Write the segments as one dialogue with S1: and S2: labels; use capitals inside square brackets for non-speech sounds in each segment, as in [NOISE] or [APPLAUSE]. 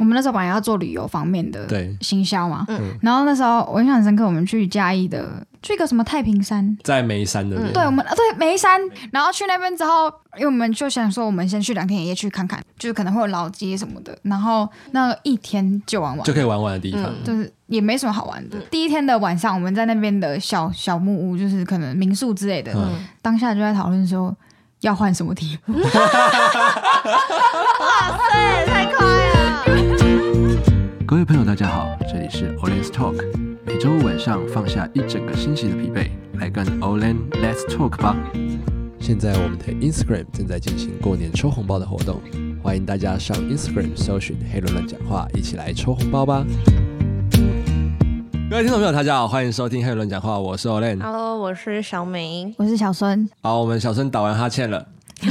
S1: 我们那时候本来要做旅游方面的
S2: 对
S1: 行销嘛，
S2: 嗯
S1: 然后那时候我印象很深刻，我们去嘉义的，去一个什么太平山，
S2: 在眉山的边，
S1: 对，我们啊对眉山，然后去那边之后，因为我们就想说，我们先去两天一夜去看看，就是可能会有老街什么的，然后那一天就玩完
S2: 就，可以玩玩的地方。
S1: 就是也没什么好玩的。第一天的晚上，我们在那边的小小木屋，就是可能民宿之类的，
S2: 嗯
S1: 当下就在讨论说要换什么地方。。
S3: 对，太快了。
S4: 各位朋友，大家好，这里是 Olen's Talk，每周五晚上放下一整个星期的疲惫，来跟 Olen Let's Talk 吧。
S2: 现在我们的 Instagram 正在进行过年抽红包的活动，欢迎大家上 Instagram 搜寻“黑伦乱讲话”，一起来抽红包吧。各位听众朋友，大家好，欢迎收听《黑伦讲话》，我是 Olen。
S3: Hello，我是小明
S1: 我是小孙，
S2: 好，我们小孙打完哈欠了，
S3: [LAUGHS]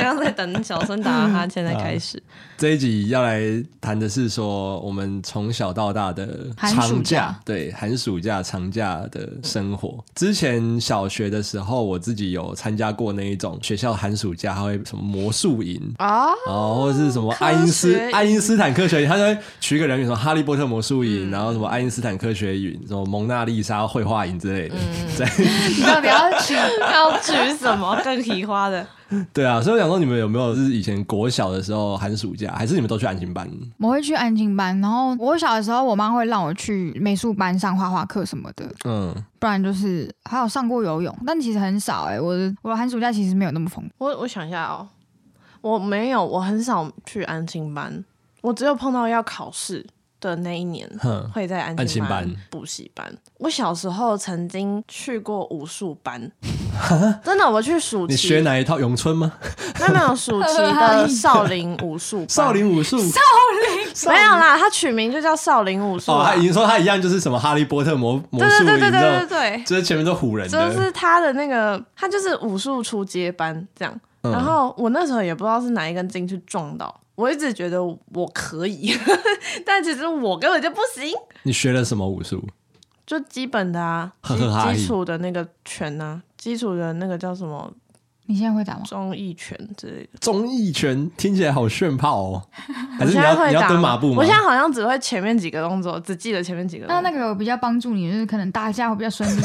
S3: 刚刚在等小孙打
S2: [LAUGHS]
S3: 完哈欠才开始。
S2: 这一集要来谈的是说我们从小到大的
S1: 寒暑假
S2: 长对寒暑假、长假的生活。之前小学的时候，我自己有参加过那一种学校寒暑假，还会什么魔术营，
S3: 啊，
S2: 哦，或者是什么
S3: 科
S2: 爱因斯
S3: 学
S2: 爱因斯坦科学营，他就会取一个人名，什么哈利波特魔术营，然后什么爱因斯坦科学营，什么蒙娜丽莎绘画营之类的。
S1: [LAUGHS]
S2: [LAUGHS]
S1: 你到底要去？
S3: 要举什么更奇花的？
S2: 对啊，所以我想说，你们有没有就是以前国小的时候寒暑假，还是你们都去安静班？
S1: 我会去安静班，然后我小的时候，我妈会让我去美术班上画画课什么的，
S2: 嗯，
S1: 不然就是还有上过游泳，但其实很少哎、我的我的寒暑假其实没有那么疯狂，
S3: [LAUGHS] 我我想一下哦，我没有，我很少去安静班，我只有碰到要考试的那一年
S2: 哼，
S3: 会在安
S2: 安静
S3: 静
S2: 班
S3: 班、补习班。我小时候曾经去过武术
S2: [LAUGHS]
S3: 班，真的，我去暑
S2: 你学
S3: 期，
S2: 哪一套？咏春
S3: [LAUGHS]
S2: 吗？
S3: 没有没有暑期的少林武术
S2: [LAUGHS]
S3: 班，
S2: 少林武术？
S3: 没有啦，他取名就叫少林武术
S2: 哦，
S3: 啊、
S2: 他已经说他一样，就是什么哈利波特魔魔
S3: 对
S2: 术
S3: 对
S2: 营，
S3: 对对对
S2: 这
S3: 对对
S2: 种
S3: 对。
S2: 就是前面都唬人
S3: 就
S2: 的，
S3: 是他的那个，他就是武术出街班这样。
S2: 嗯
S3: 然后我那时候也不知道是哪一根筋去撞到，我一直觉得我可以， [LAUGHS] 但其实我根本就不行。
S2: 你学了什么武术？
S3: 就基本的啊，
S2: 呵呵哈
S3: 基
S2: 嘿
S3: 基础的那个拳啊，基础的那个叫什么
S1: 你现在会打吗？
S3: 中义拳之类的。
S2: 综艺拳听起来好炫炮
S3: [LAUGHS]
S2: 哦，还是
S3: 我
S2: 你
S3: 现在
S2: 要
S3: 会
S2: 你
S3: 打
S2: 要蹲马步吗？
S3: 我现在好像只会前面几个动作，只记得前面几个动
S1: [LAUGHS] 那
S2: [LAUGHS]
S3: 作。
S1: 那个有比较帮助你，就是可能打架会比较顺 [LAUGHS] 利。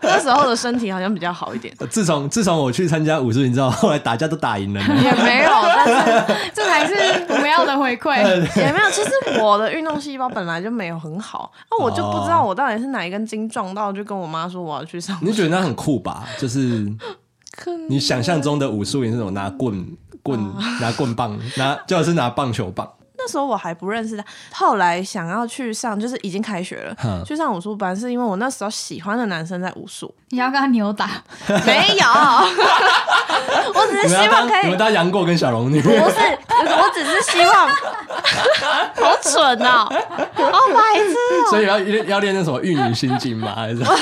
S3: 那时候的身体好像比较好一点，
S2: 呃自从自从我去参加武术营之后，后来打架都打赢
S3: [LAUGHS]
S2: 了呢。
S3: 也没有，但是 [LAUGHS]
S1: 这才是我们要的回 [LAUGHS] 馈。
S3: 也没有，其实我的运动细胞本来就没有很好，那我就不
S2: 哦
S3: 知道我到底是哪一根筋撞到，就跟我妈说我要去上
S2: 你觉得那很酷吧？就是
S3: 课。
S2: 你想象中的武术营是那种拿棍棍、
S3: 哦
S2: 拿棍棒、拿就是拿棒球
S3: [LAUGHS]
S2: 棒，
S3: 那时候我还不认识他，后来想要去上，就是已经开学
S2: 哼
S3: 了，去上武术班，是因为我那时候喜欢的男生在武
S2: [LAUGHS]
S3: 术，
S1: 你要跟他扭打，
S3: 没有， [LAUGHS] 我只是
S2: 你们
S3: 希
S2: 要当
S3: 望可
S2: 你
S3: 以哦
S2: 们，当杨过跟小
S3: [LAUGHS]
S2: 龙女。
S3: 不是，我只是希望， [LAUGHS] 好蠢哦，好白痴
S2: [LAUGHS]
S3: 哦。
S2: 所以要练要练那什么玉女心经吗？还是什么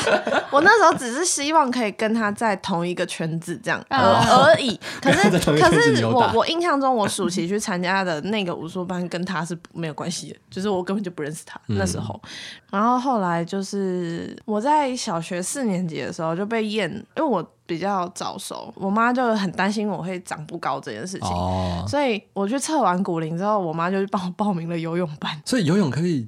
S3: 我那时候只是希望可以跟他在同一个圈子这样而、
S1: 哦
S3: 而
S2: [LAUGHS]
S3: 已，可
S2: 跟他嗯
S3: 是
S2: 在同一个
S3: 可
S2: 圈子
S3: 是
S2: 扭
S3: 我
S2: 打
S3: 我印象中我暑期去参加的那个武术班跟他是没有关系的， [LAUGHS] 就是我根本就不认识他、
S2: 嗯
S3: 那时候。然后后来就是我在小学四年级的时候就被验，因为我比较早熟，我妈就很担心我会长不高这件事情，
S2: 哦，
S3: 所以我去测完骨龄之后，我妈就帮我报名了游泳班。
S2: 所以游泳可以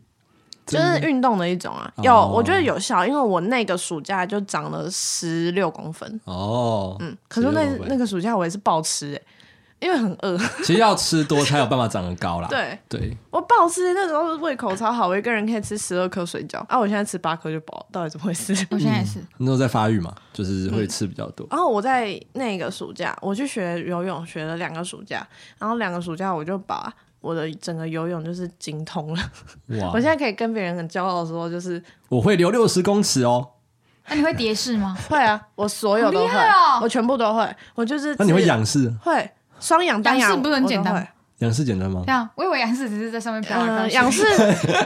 S3: 就是运动的一种啊，
S2: 哦
S3: 有我觉得有效，因为我那个暑假就长了十六公分，
S2: 哦，
S3: 嗯，可是那
S2: 16公分
S3: 那个暑假我也是暴吃哎、因为很
S2: [LAUGHS]
S3: 饿，
S2: 其实要吃多才有办法长得高啦。
S3: 对
S2: 对，
S3: 我暴吃，那时候胃口超好，我一个人可以吃十二颗水饺，啊，我现在吃八颗就饱了，到底怎么
S2: [LAUGHS]
S3: 回事？
S1: [LAUGHS] 我现在也是。
S2: 那时候嗯在发育嘛，
S3: 嗯
S2: 就是会吃比较多。
S3: 然后我在那个暑假，我去学游泳，学了两个暑假，然后两个暑假我就把我的整个游泳就是精通了，
S2: 哇
S3: 嗯我，现在可以跟别人很骄傲的说，就是
S2: 我会游六十公尺哦。
S1: 那你会蝶式吗？
S3: 会啊，我所有都
S1: 好厉
S3: 会，
S1: 害哦
S3: 我全部都会，我就是
S2: 那你会
S3: 只
S2: 仰视？
S3: 会双氧单
S1: 仰
S3: 氧
S1: 视不是很
S3: 我都
S1: 简单啊
S3: 会
S1: 吗
S2: 仰视简单吗
S1: 这？样，我以为杨氏只是在上面飘来飘 [LAUGHS]
S3: 嗯，
S1: 去。
S3: 仰视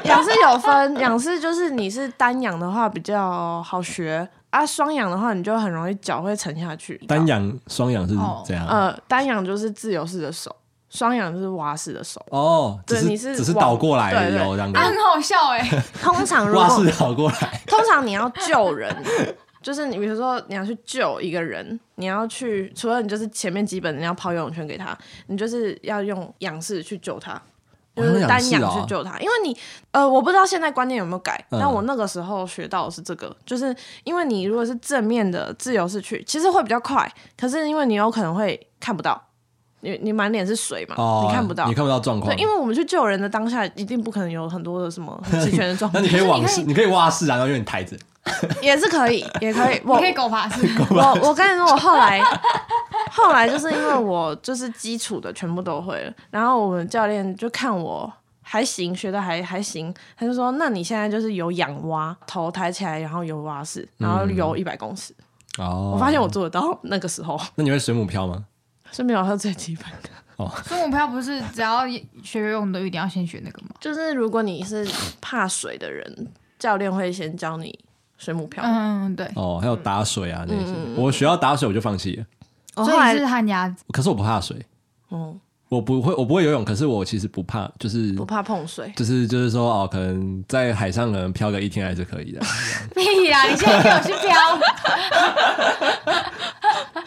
S3: 仰
S1: [LAUGHS]
S3: 视有分，仰视就是你是单仰的话比较好学啊，双仰的话你就很容易脚会沉下去。
S2: 单仰、双仰是
S1: 哦
S2: 这样。
S3: 呃，单仰就是自由式的手，双仰就是蛙式的手。
S2: 哦，只
S3: 对
S2: 是
S3: 你是
S2: 只是
S3: 往
S2: 倒过来哦
S3: 对对
S2: 游这样子
S1: 啊，，很好笑哎、
S3: 通常
S2: [LAUGHS]
S3: 如
S2: 哇
S3: 果
S2: 是倒过来，
S3: 通常你要救人， [LAUGHS] 就是你比如说你要去救一个人，你要去除了你就是前面基本的你要抛游泳圈给他，你就是要用仰视去救他。就
S2: 哦
S3: 是
S2: 用仰
S3: 单
S2: 视
S3: 仰
S2: 哦
S3: 去救他，因为你，呃，我不知道现在观念有没有改，
S2: 嗯
S3: 但我那个时候学到的是这个，就是因为你如果是正面的自由式去，其实会比较快，可是因为你有可能会看不到，你你满脸是水嘛，
S2: 哦，
S3: 你看不到，
S2: 你看不到状况
S3: 对，。因为我们去救人的当下，一定不可能有很多的
S2: [LAUGHS]
S3: 什么很齐全的状
S2: 那
S3: 况
S2: 你，可以往
S1: 可
S2: 事，
S1: 以
S2: 你可以挖事啊，然后用你抬着。
S3: 也是可 [LAUGHS] 以，也可以。
S1: 你
S3: 我
S1: 可以 [LAUGHS] [LAUGHS] 狗爬式，
S3: 我我跟你说，我后来 [LAUGHS] 后来就是因为我就是基础的全部都会了，然后我们教练就看我。还行，学的还还行。他就说：“那你现在就是有仰蛙，头抬起来，然后有蛙式，然后游一百公尺。
S2: 哦，
S3: 我发现我做得到那个时候 [LAUGHS]
S2: 那你会水母漂吗？
S3: 是没有到最基本的。
S1: 所以我们票不是只要学游泳的一定要先学那个吗？
S3: 就是如果你是怕水的人，教练会先教你水母漂。
S1: 嗯，对。
S2: 哦，还有打水啊
S3: 嗯
S2: 那些。我学到打水我就放弃了，
S3: 我
S1: 所
S3: 后
S1: 以
S3: 来
S1: 你是旱鸭子，
S2: 可是我不怕水，
S3: 嗯，
S2: 我不会，我不会游泳，可是我其实不怕，就是
S3: 不怕碰水。
S2: 就是就是说哦，可能在海上可能漂个一天还是可以的，
S1: [LAUGHS]
S2: [LAUGHS]
S1: 屁呀！你现在给我去漂，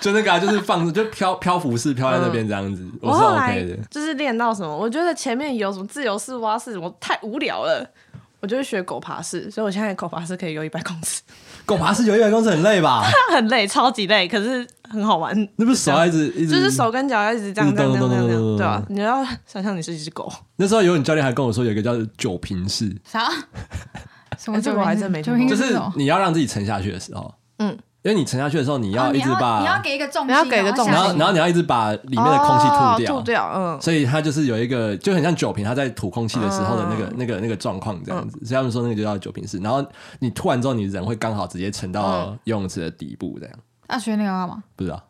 S2: 就那个、啊、就是放就漂漂浮式漂在那边这样子，我是
S3: 后哦来
S2: OK 的。
S3: 就是练到什么，我觉得前面有什么自由式、蛙式，我太无聊了，我就会学狗爬式，所以我现在狗爬式可以游一百公尺，
S2: 狗爬式游一百公尺很累吧？
S3: 很累，超级累，可是很好玩。
S2: 那不是手一直一直
S3: 就是手跟脚要一直这样
S2: 嗯
S3: 这样这样这样这
S2: 懂懂懂懂
S3: 样，对吧、你要想象你是一只狗，
S2: 那时候游泳教练还跟我说有一个叫酒瓶式，
S3: [LAUGHS]
S1: 啥？什么酒瓶
S3: 哎这
S1: 子？
S3: 个我还真没听
S1: 酒瓶
S3: 过
S2: 就
S1: 子嗯
S2: 是
S1: 什么
S2: 你要让自己沉下去的时候，
S3: 嗯
S2: 因为你沉下去的时候你
S1: 哦
S2: 要一
S1: 你
S2: 直把，
S1: 你要给一个重心，
S3: 你要给一个重
S2: 然
S3: 心
S1: 然
S2: 后
S1: 后
S2: 然后你要一直把里面的空气
S3: 哦
S2: 吐
S3: 吐掉，嗯，
S2: 所以它就是有一个就很像酒瓶，它在吐空气的时候的那个、
S1: 嗯
S2: 那个那个状况这样子，所以他们说那个就叫酒瓶式。然后你吐完之后，你人会刚好直接沉到
S1: 嗯
S2: 游泳池的底部，这样
S1: 要学那个干嘛？
S2: 不知道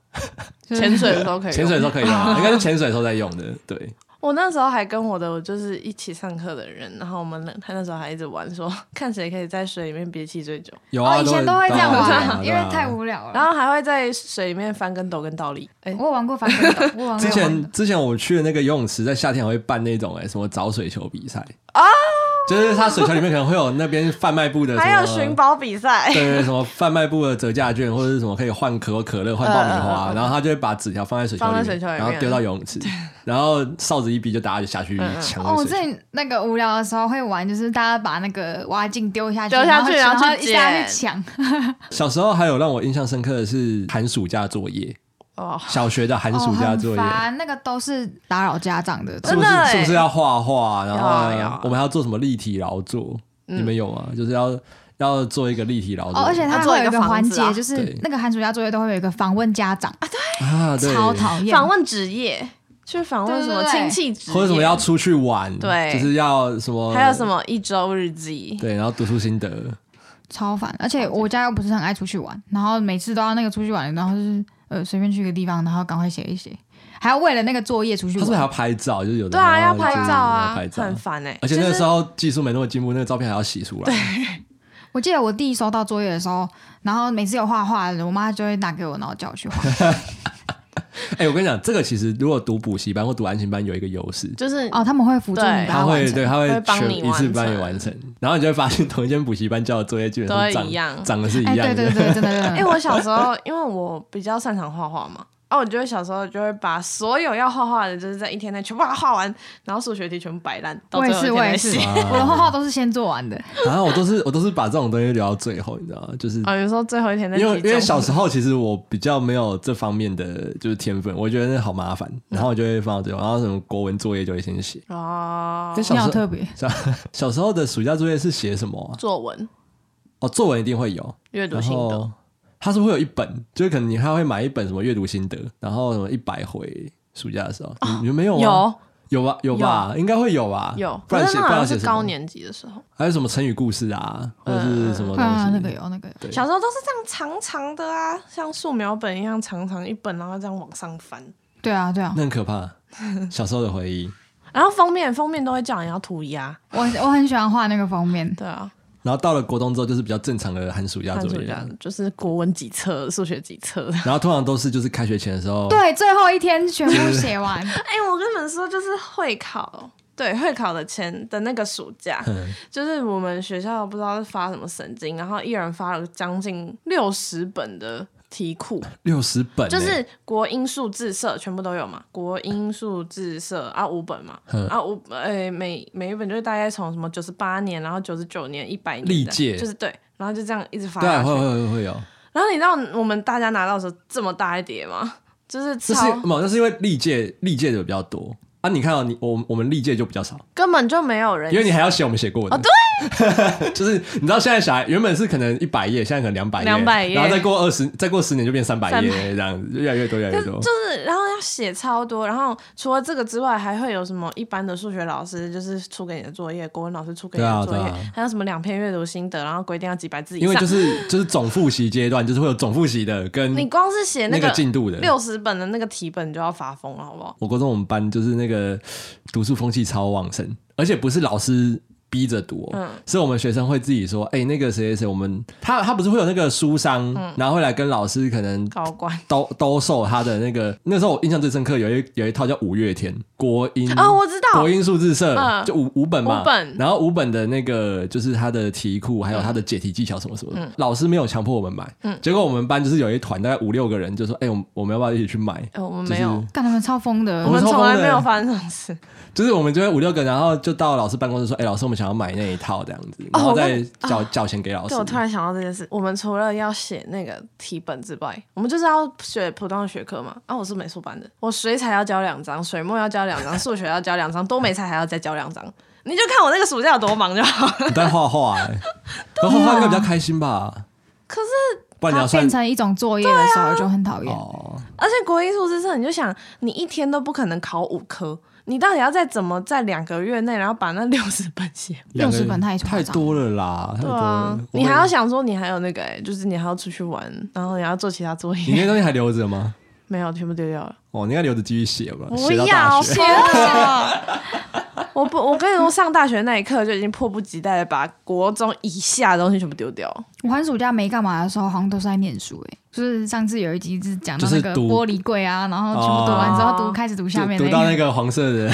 S1: 就是
S3: 潜水的时候可以。
S2: 潜水的时候可以用
S1: [LAUGHS]
S2: 啊，应该是潜水的时候在用的。对，
S3: 我那时候还跟我的就是一起上课的人，然后我们他那时候还一直玩说，看谁可以在水里面憋气最久，
S2: 有啊，
S1: 哦，以前
S2: 都
S1: 都会这样
S2: 对啊
S1: 玩，因
S2: 对啊
S1: 为太无聊
S3: 然
S1: 了。
S3: 后还会在水里面翻跟斗跟倒立。哎、
S1: 我有玩过翻跟斗，我有玩过
S2: 之
S1: 翻
S2: 前
S1: 跟斗
S2: 之前我去的那个游泳池，在夏天还会办那种哎、什么找水球比赛
S1: 哦
S2: 啊，就是它水球里面可能会有那边贩卖部的什么，
S3: 还有寻宝比赛，
S2: 对对，什么贩卖部的折价券或者是什么可以换可口可乐、换爆米
S3: 嗯
S2: 花，然后他就会把纸条放在水球里
S3: 放
S2: 面，
S3: 在水球里面嗯
S2: 然后丢到游泳池，然后哨子一逼就大家就下去抢
S1: 哦，我
S2: 那
S1: 之
S2: 水。
S1: 前那个无聊的时候会玩，就是大家把那个蛙镜丢下去，
S3: 丢下去
S1: 然
S3: 然后
S1: 后
S3: 去
S1: 一大家去
S3: 捡
S2: [LAUGHS]
S1: 抢。
S2: 小时候还有让我印象深刻的是寒暑假作业，
S3: 哦，
S2: 小学的寒暑假作业
S1: 哦、很。烦，那个都是打扰家长的。
S2: 是
S3: 真
S2: 不
S3: 的
S2: 是
S3: 欸
S2: 是不是要画画？然
S3: 有啊
S2: 后我们还要做什么立体劳作？
S3: 嗯
S2: 你们有吗？就是要要做一个立体劳作。
S1: 哦，而且它
S3: 要做
S1: 会
S3: 一
S1: 有
S3: 个
S1: 个环
S3: 房子
S1: 节，
S3: 啊
S1: 就是
S2: 对
S1: 那个寒暑假作业都会有一个访问家长，
S2: 啊，对，
S1: 超讨厌。
S3: 访问职业，去访问什么
S1: 对对对
S3: 亲戚职业，
S2: 或者什么要出去玩，
S3: 对
S2: 就是要什么，
S3: 还有什么一周日记，
S2: 对，然后读书心得，
S1: 超烦，而且我家又不是很爱出去玩，然后每次都要那个出去玩，然后就是呃随便去一个地方，然后赶快写一写，还要为了那个作业出去
S2: 他是不是还
S1: 玩。
S2: 要拍照？就是有的
S3: 对啊，
S2: 人
S3: 要拍照
S2: 要
S3: 啊
S2: 拍，照
S3: 很。烦哎。
S2: 而且那
S3: 就
S2: 个
S3: 是
S2: 时候技术没那么进步，那个照片还要洗出来。
S1: 我记得我弟收到作业的时候，然后每次有画画，我妈就会拿给我，然后叫我去
S2: [LAUGHS]
S1: 画。
S2: 哎、我跟你讲，这个其实如果读补习班或读安心班有一个优势，
S3: 就是
S1: 哦，他们会辅助你
S3: 对
S1: 把
S2: 他
S1: 它完
S2: 会对
S1: 成。
S2: 他
S3: 会
S2: 会
S3: 帮
S2: 全
S3: 你
S2: 一次
S3: 完
S2: 帮你
S3: 成
S2: 完成，然后你就会发现同一间补习班教的作业基本
S3: 都
S2: 上
S3: 会
S2: 长
S3: 一样
S2: 长得是一
S1: 哎，
S2: 样的。
S1: 对对对，真的真
S3: 哎、
S1: 的。
S3: 我小时候因为我比较擅长画画嘛，啊，我就会小时候就会把所有要画画的，就是在一天内全部把它画完，然后数学题全部摆烂， [LAUGHS] 到
S1: 我
S3: 最
S1: 也
S3: 后一
S1: 是，我
S3: 天
S1: 也是，
S3: 再写。
S1: 我的画画都是先做完的。
S2: 然后我都是我都是把这种东西留到最后，你知道吗？就是
S3: 啊，有时候最后一天再集
S2: 因
S3: 中。
S2: 为因为小时候其实我比较没有这方面的就是天分，我觉得那好麻烦，然后我就会放到最后，然后什么国文作业就会先写。
S3: 哦
S2: 但，小
S1: 你好
S2: 时候
S1: 特别，
S2: 小小时候的暑假作业是写什么啊？
S3: 作文
S2: 哦，作文一定会有，
S3: 阅读
S2: 然
S3: 心得
S2: 后它是会有一本，就是可能你还会买一本什么阅读心得，然后什么一百回暑假的时候，你你们没有吗？
S3: 哦有
S2: 有吧？有吧？应该会有吧？
S3: 有，
S2: 啊不然
S3: 可
S2: 写
S3: 是
S2: 不
S3: 那好
S2: 然
S3: 像
S2: 写
S3: 是
S2: 什
S3: 高
S2: 么？
S3: 年级的时候。
S2: 还有什么成语故事啊，或者是什么
S1: 啊，那
S2: 东
S1: 个
S2: 西？
S1: 有那个有。
S2: 对
S3: 小时候都是这样长长的啊，像素描本一样长长一本，然后这样往上翻，
S1: 对啊，对啊，
S2: 那很
S1: [LAUGHS]
S2: 可怕，小时候的回忆。
S3: 然后封面封面都会叫你要涂鸦，
S1: 我我很喜欢画那个封面。
S2: 哦
S3: 对啊，
S2: 然后到了国中之后，就是比较正常的寒暑假
S3: 寒
S2: 作
S3: 暑
S2: 业，
S3: 假就是国文几册、数学几 [LAUGHS] 册。
S2: 然后通常都是就是开学前的时候， [LAUGHS]
S1: 对，最后一天全部写完。
S3: 哎、我跟你们说，就是会考对会考的前的那个暑假，
S2: 嗯
S3: 就是我们学校不知道是发什么神经，然后一人发了将近六十本的题库，
S2: [LAUGHS] 六十本欸，
S3: 就是国英数自社全部都有嘛，国英数自社啊五本嘛，
S2: 嗯
S3: 啊五呃每每一本就是大概从什么九十八年，然后九十九年、一百年
S2: 历
S3: 的
S2: 届
S3: 就是对，然后就这样一直发
S2: 对啊，
S3: 下去。
S2: 会会会会有，
S3: 然后你知道我们大家拿到的时候这么大一叠吗？ [LAUGHS] 就是啊
S2: 这
S3: 超
S2: 是没有，那是因为历届历届的比较多啊。你看到、你我我们历届就比较少，
S3: 根本就没有人
S2: 因为你还要写我们写过的。哦，对， [LAUGHS] 就是你知道现在小孩原本是可能一百页，现在可能两百页，
S3: 200页
S2: 然后再过二十，再过十年就变三百页
S3: 300
S2: 这样，就越来越多越来
S3: 就
S2: 越多。
S3: 就是，然后要写超多，然后除了这个之外，还会有什么一般的数学老师就是出给你的作业，国文老师出给你
S2: 对啊
S3: 的作业，
S2: 对啊
S3: 还有什么两篇阅读心得，然后规定要几百字以
S2: 因
S3: 上。
S2: 为就是就是总复习阶段，就是会有总复习的跟
S3: 你光是写
S2: 嗯那
S3: 个
S2: 个进度的。
S3: 六十本的那个题本就要发疯了，好不好？
S2: 我国中我们班就是那个读书风气超旺盛，而且不是老师逼着读、哦，
S3: 嗯
S2: 是我们学生会自己说，哎、那个谁谁谁，我们他他不是会有那个书商，然后会来跟老师可能
S3: 高官
S2: 兜兜售他的那个，那时候我印象最深刻有一有一套叫五月天国音
S3: 啊、我知道
S2: 国，音数字社、
S3: 嗯
S2: 就五五本嘛，
S3: 五本嗯
S2: 然后五本的那个就是他的题库，还有他的解题技巧什么什么的，老师没有强迫我们买，结果我们班就是有一团大概五六个人就说，哎、我们我们要不要一起去买？
S3: 哎、我们没有，
S2: 就是
S1: 干他们超疯的
S2: 我
S3: 我，
S2: 们
S3: 们
S2: 超
S3: 从
S2: 疯
S3: 来
S2: 的哦
S3: 没有发生这种事。
S2: 就是我们就会五六个，然后就到老师办公室说，哎、老师，我们想要买那一套这样子，然后
S3: 哦我
S2: 再
S3: 跟啊
S2: 缴缴钱给老师
S3: 对，我。突然想到这件事，我们除了要写那个题本之外，我们就是要学普通的学科嘛。啊，我是美术班的，我水彩要交两张，水墨要交两张，数学要交两张， [LAUGHS] 多媒彩还要再交两张。你就看我那个暑假有多忙就好。
S2: 你在画画、
S3: [LAUGHS]
S2: 欸，然后画画应该比较开心吧？
S3: 啊可是，
S2: 不然哦你
S1: 它
S2: 要算
S1: 变成一种作业的时候就很讨厌。
S2: 哦，
S3: 而且国英数之社，你就想， [LAUGHS] 你一天都不可能考五科，你到底要再怎么在两个月内，然后把那六十本写完？
S2: 两个
S1: 60本太
S2: 太
S1: 夸张
S2: 多了啦，太
S3: 对
S2: 多
S3: 啊
S2: 了，。
S3: 你
S2: 我
S3: 还要想说，你还有那个、欸，就是你还要出去玩，然后你还要做其他作
S2: 你那
S3: 业，
S2: 些东西还留着吗？
S3: 没有，全部丢掉了。
S2: 哦，你应该留着继续写吧，
S3: 不
S2: 写到大
S3: 要啊
S2: 学。
S3: 写
S1: [LAUGHS]
S3: 了。我不，我跟你说，上大学那一刻就已经迫不及待的把国中以下的东西全部丢掉。
S1: 我寒暑假没干嘛的时候，好像都是在念书、欸，就是上次有一集是讲到
S2: 就
S1: 那
S2: 是
S1: 个
S2: 读
S1: 玻璃柜啊，然后全部读完之后
S3: 哦
S1: 读开始读下面
S2: 读读到
S1: 那
S2: 那
S1: 个，
S2: 个黄色的，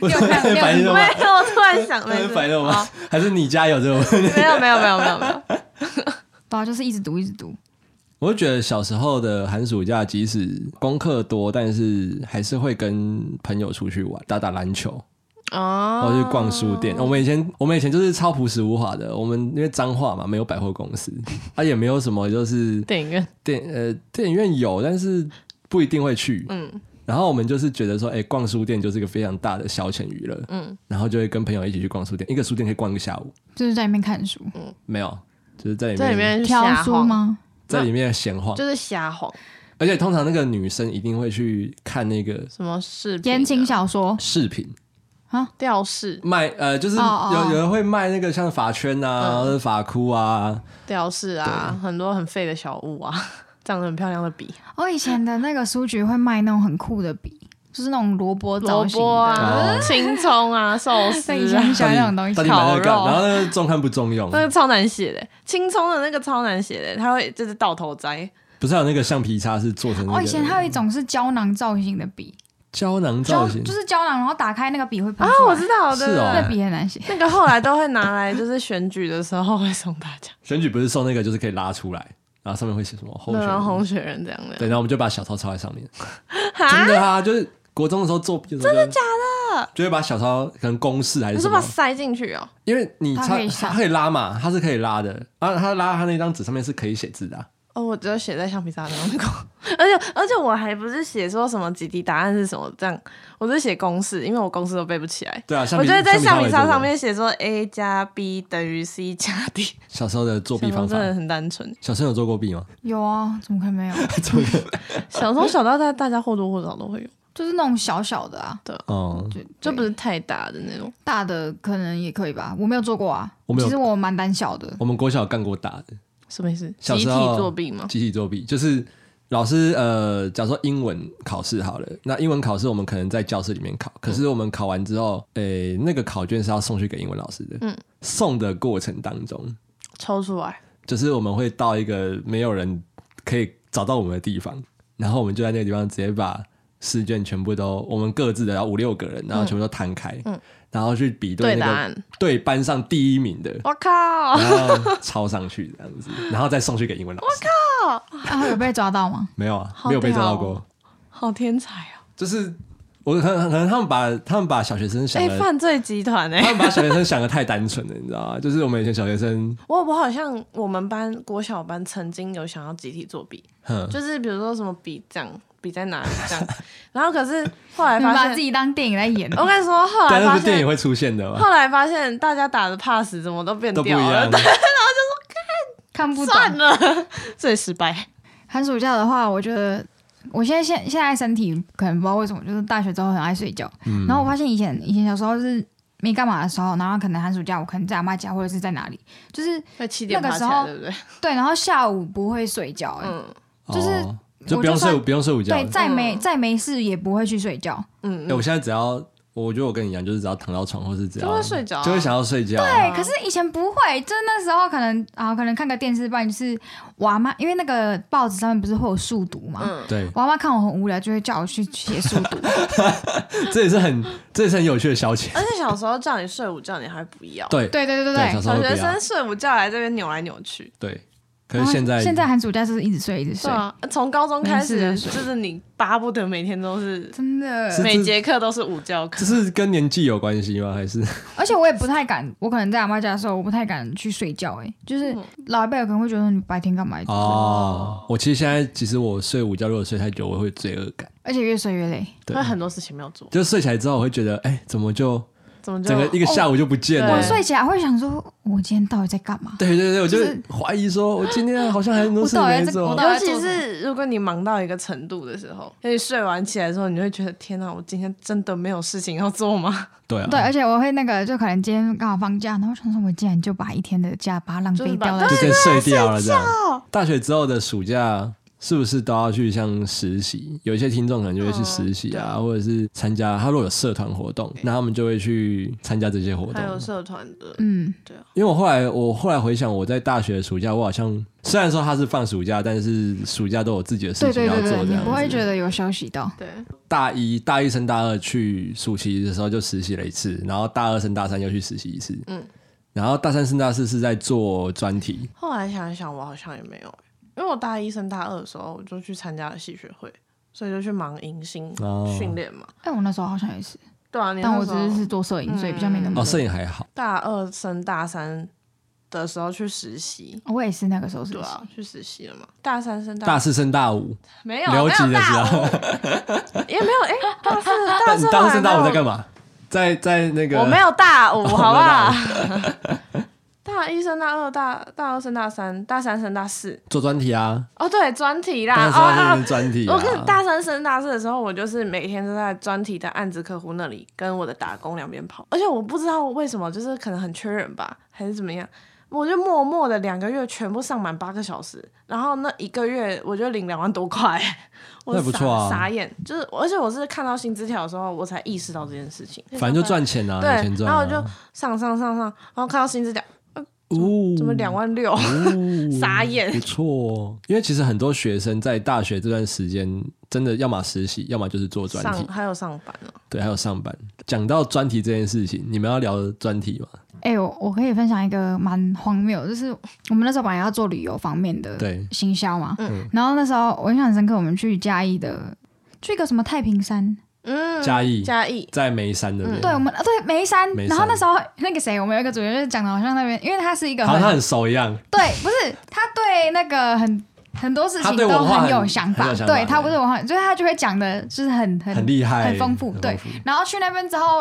S2: 我
S1: 有看有
S2: 反应了吗？
S3: 没有，我突然想，没事
S2: 反应了
S3: 好
S2: 吗？ [LAUGHS] 还是你家有这种 [LAUGHS] 问题？
S3: 没有，没有，没有，没有，没有。
S1: 对啊，就是一直读一直读，
S2: 我就觉得小时候的寒暑假，即使功课多，但是还是会跟朋友出去玩，打打篮球，然后
S3: 哦，
S2: 去逛书店。我们以前我们以前就是超朴实无华的，我们因为彰化嘛，没有百货公司，啊也没有什么就是
S3: 电影院，
S2: 电呃电影院有，但是不一定会去。
S3: 嗯
S2: 然后我们就是觉得说，哎、逛书店就是一个非常大的消遣娱乐，
S3: 嗯，
S2: 然后就会跟朋友一起去逛书店，一个书店可以逛一个下午，
S1: 就是在里面看书，
S2: 没有，就是在里面
S3: 在里面
S1: 挑
S3: 瞎
S1: 书
S3: 晃，
S1: 吗？
S2: 在里面闲晃，
S3: 就是瞎晃，
S2: 而且通常那个女生一定会去看那个
S3: 什么视频啊、
S1: 言情小说，
S2: 饰品
S3: 吊饰、
S2: 卖，呃，就是有
S1: 哦哦嗯
S2: 有人会卖那个像发圈啊、或者发箍啊，
S3: 吊饰啊，很多很废的小物啊，长得很漂亮的笔，
S1: 我哦以前的那个书局会卖那种很酷的笔，就是那种萝卜造
S3: 萝
S1: 型
S3: 卜
S1: 的，
S2: 哦
S3: 啊、青葱啊、寿司
S1: 对，以前
S3: 啊
S1: 很喜欢那种东
S2: 到
S1: 西
S2: 底。买那个干
S3: 烤
S2: 嘛？
S3: 肉
S2: 然后那个中看不
S1: [LAUGHS]
S2: 中用，
S3: 那个超难写的，青葱的那个超难写的，它会就是倒头栽，
S2: 不是还有那个橡皮擦是做成
S1: 我、
S2: 那
S1: 哦以前
S2: 个
S1: 还有一种是胶囊造型的笔，
S2: 胶囊嗯造
S1: 胶
S2: 型
S1: 就，是胶囊，然后打开那个笔会喷
S3: 啊
S1: 出，来
S3: 我知道
S2: 是
S3: 对对
S2: 哦
S1: 那
S3: 对
S1: 笔很难写。
S3: 那个后来都会拿来，就是选举的时候会送大
S2: [LAUGHS]
S3: 家，
S2: 选举不是送那个就是可以拉出来，然后上面会写什么候选
S3: 对，然
S2: 人
S3: 后红雪人这样的
S2: 对，然后我们就把小抄抄在上面。真
S3: 啊，
S2: 的啊，就是国中的时候作弊的时候，真的假的？就会把小抄可能公式还
S3: 你
S2: 是
S3: 是
S2: 什
S3: 把
S2: 么
S3: 它，塞进去哦，
S2: 因为你
S1: 它
S2: 它
S1: 可以
S2: 它
S1: 上
S2: 可以拉嘛，它是可以拉的啊，它拉它那张纸上面是可以写字的啊、
S3: 哦，我只有写在橡皮擦上过，而且而且我还不是写说什么几题答案是什么这样，我是写公式，因为我公式都背不起来。
S2: 对啊，橡
S3: 我
S2: 皮
S3: 就会在橡皮
S2: 擦
S3: 擦
S2: 为主
S3: 上面写说 A 加 B 等于 C 加 D，
S2: 小时候的作弊
S3: 想说
S2: 方法
S3: 真。的很单纯。 [LAUGHS]
S2: 小时候有做过弊吗？
S1: 有啊，怎么可能没有？
S2: 做过
S3: 小从小到大，大家或多或少都会有，
S1: 就是那种小小的啊，
S2: 哦，
S1: 就
S3: 就
S1: 就
S3: 不
S1: 不
S3: 是太大的那种。
S1: 大的可能也可以吧，我没有做过啊。
S2: 我没有
S1: 其实我蛮胆小的，
S2: 我们国小干过大的
S3: 什么意思？
S2: 小
S3: 集体
S2: 时候
S3: 作弊吗？
S2: 集体作弊，就是老师呃，假如说英文考试好了，那英文考试我们可能在教室里面考，可
S3: 嗯
S2: 是我们考完之后，诶、那个考卷是要送去给英文老师的。
S3: 嗯
S2: 送的过程当中，
S3: 抽出来，
S2: 就是我们会到一个没有人可以找到我们的地方，然后我们就在那个地方直接把试卷全部都我们各自的，然后五六个人，然后全部都摊开，然后去比对
S3: 嗯对
S2: 那
S3: 答
S2: 个
S3: 案哦
S2: 对班上第一名的，
S3: 我靠，
S2: 然后抄上去这样子，然后再送去给英文老师。
S1: 啊，有被抓到
S3: [LAUGHS]
S1: 吗？
S2: 没有啊，
S3: 好
S2: 没有被抓到
S3: 屌哦
S2: 过，
S3: [LAUGHS] 好天才啊！
S2: 就是我可能可能他们把他们把小学生想
S3: 哎，
S2: 的。
S3: 犯罪集团哎
S2: 他，们把小学生想的太单纯了，你知道吗？就是我们以前小学生，
S3: 我我好像我们班国小班曾经有想要集体作弊，
S2: 哼，
S3: 就是比如说什么比这样，比在哪里这样， [LAUGHS] 然后可是后来
S1: 你们把
S3: 发
S1: 自
S3: 现，哦
S1: 己当电影在演，
S3: 我跟你说，后
S2: 但
S3: 来
S2: 那
S3: 发
S2: 是电影
S3: 现，
S2: 会出现的嘛，
S3: 后来发现大家打的 pass 怎么都变
S2: 都不一
S3: 掉了
S2: 样，。
S1: 看不懂。
S3: [LAUGHS] 算了，最失败。
S1: 寒暑假的话，我觉得我现在现现在身体可能不知道为什么，就是大学之后很爱睡觉。
S3: 嗯
S1: 然后我发现以前以前小时候是没干嘛的时候，然后可能寒暑假我可能在阿妈家或者是在哪里，就是
S3: 在七点
S1: 那个
S3: 爬起
S1: 时候
S3: 来，对不对？
S1: 对，然后下午不会睡觉、欸
S3: 嗯
S1: 就是
S2: 哦就
S1: 我
S2: 不用
S1: 就算
S2: 睡，不用睡午觉。
S1: 对，
S2: 哎，
S1: 再没
S3: 嗯
S1: 再没事也不会去睡觉。
S3: 嗯，
S2: 我现在只要，我觉得我跟你一样，就是只要躺到床，或是只要
S3: 就会睡着啊
S2: 就会想要睡觉。
S1: 对，可是以前不会，就是那时候可能啊，可能看个电视，不然就是我阿妈，因为那个报纸上面不是会有数独嘛，
S3: 嗯 [LAUGHS]
S2: 对，
S1: 我阿妈看我很无聊，就会叫我去写数独。
S2: 这也是很，这也是很有趣的消遣。
S3: 而且小时候叫你睡午觉，你还不要。
S2: 对
S1: 对对对对
S2: 对，小
S1: 对。
S2: 时候会
S3: 小学
S2: 不要
S3: 生。睡午觉来这边扭来扭去。
S2: 对，可是现在
S3: 哦
S1: 然后现在寒暑假就是一直睡一直
S3: 对
S1: 睡，
S3: 啊，从高中开始，
S1: 没事
S3: 就是你巴不得每天都是，
S1: 真的。
S2: 是
S3: 每节课都是午觉课
S2: 这。是跟年纪有关系吗？还是
S1: 而且我也不太敢，我可能在阿妈家的时候，我不太敢去睡觉、欸。就是
S3: 嗯
S1: 老一辈可能会觉得你白天干嘛一直睡？
S2: 哦？我其实现在，其实我睡午觉，如果睡太久，我会有罪恶感。
S1: 而且越睡越累。
S2: 对
S3: 会，很多事情没有做，
S2: 就睡起来之后，我会觉得，哎，怎么就
S3: 怎么就
S2: 整个一个下午
S1: 哦
S2: 就不见了？
S3: 对
S1: 我睡起来会想说，我今天到底在干嘛？
S2: 对对对，我就
S1: 就是
S2: 怀疑说，我今天好像还有很多事
S1: 我到底在
S2: 没
S1: 这我
S2: 做
S1: 到。底
S3: 尤其是如果你忙到一个程度的时候，而且睡完起来之后，你就会觉得天哪，我今天真的没有事情要做吗？
S2: 对啊，
S1: 对，而且我会那个，就可能今天刚好放假，然后想说，我竟然就把一天的假把它浪
S3: 就
S1: 费
S3: 是把
S1: 掉了
S2: 就。先睡掉了这样。大学之后的暑假是不是都要去像实习？有一些听众可能就会去实习啊，或者是参加他如果有社团活动，那他们就会去参加这些活
S3: 还有
S2: 动。
S3: 社团的，
S1: 嗯，
S2: 因为我后来我后来回想，我在大学的暑假，我好像虽然说他是放暑假，但是暑假都有自己的事
S1: 对
S2: 情
S1: 对
S2: 要
S1: 对
S2: 做
S1: 对，
S2: 这
S1: 你
S2: 样
S1: 不会
S2: 子。
S1: 觉得有休息到。
S3: 对，
S2: 大一大一升大二去暑期的时候就实习了一次，然后大二升大三又去实习一次，嗯
S3: 嗯，
S2: 然后大三升大四是在做专题，
S3: 后来想一想，我好像也没有、因为我大一升大二的时候，我就去参加了戏学会，所以就去忙迎新
S2: 哦
S3: 训练嘛。
S1: 哎，我那时候好像也是，
S3: 对啊，你
S1: 但
S3: 那
S1: 我
S3: 时
S1: 只
S3: 候嗯
S1: 是是做摄影，所以比较没那么
S2: 哦，。摄影还好。
S3: 大二升大三的时候去实习，
S2: 哦
S1: 我也是那个时候是
S3: 对啊，去实习了嘛。大三升
S2: 大
S3: 大
S2: 四升大五，
S3: 没有
S2: 留级
S3: 没
S2: 的
S3: 有
S2: 时
S3: 大
S2: 候， [LAUGHS]
S3: 也没有哎、大四大
S2: 啊但你
S3: 四
S2: 大四
S3: 后来
S2: 升大五
S3: 没
S2: 在
S3: 有
S2: 干嘛？在在那个
S3: 我没有大
S2: [LAUGHS]
S3: 五，好不好
S2: 哦？
S3: 大一升大二，大大二升大三，大三升大四。
S2: 做专题啊，
S3: 哦，对，专题啦。
S2: 大
S3: 哦
S2: 四要
S3: 啊
S2: 做！专题啊。
S3: 我跟大三升大四的时候，我就是每天都在专题的案子客户那里跟我的打工两边跑，而且我不知道为什么，就是可能很缺人吧，还是怎么样，我就默默的两个月全部上满八个小时，然后那一个月我就领两万多块，我
S2: 那也不
S3: 傻
S2: 错啊
S3: 傻眼，就是而且我是看到薪资条的时候，我才意识到这件事情，
S2: 反正就赚钱啊，
S3: 对
S2: 有钱赚
S3: 然后
S2: 啊。
S3: 我就上上上上，然后看到薪资条，
S2: 哦
S3: 怎么两万六？
S2: 哦
S3: [LAUGHS] 傻眼
S2: 不错哦。因为其实很多学生在大学这段时间，真的要么实习，要么就是做专
S3: 上
S2: 题，
S3: 还有上班哦，
S2: 对，还有上班。讲到专题这件事情，你们要聊专题吗？
S1: 哎、我我可以分享一个蛮荒谬的，就是我们那时候本来要做旅游方面的
S2: 对嗯
S1: 行销嘛，
S3: 嗯
S1: 然后那时候我印象很深刻，我们去嘉义的，去一个什么太平山，呃
S3: 嗯，
S2: 嘉义
S3: 嘉义，
S2: 在眉山那边，
S1: 对，我们啊对梅山，
S2: 梅山
S1: 然后那时候那个谁，我们有一个主角就是讲的好像那边，因为他是一个
S2: 好像
S1: 很
S2: 他很熟一样。
S1: 对，不是他对那个很。很多事
S2: 他
S1: 情
S2: 对
S1: 都
S2: 文化
S1: 很有
S2: 很
S1: 想法，
S2: 很有想法
S1: 对他
S2: 对
S1: 不是文化，所以他就会讲的，就是很很
S2: 很厉害
S1: 很丰富
S2: 很。
S1: 对
S2: 丰富，
S1: 然后去那边之后，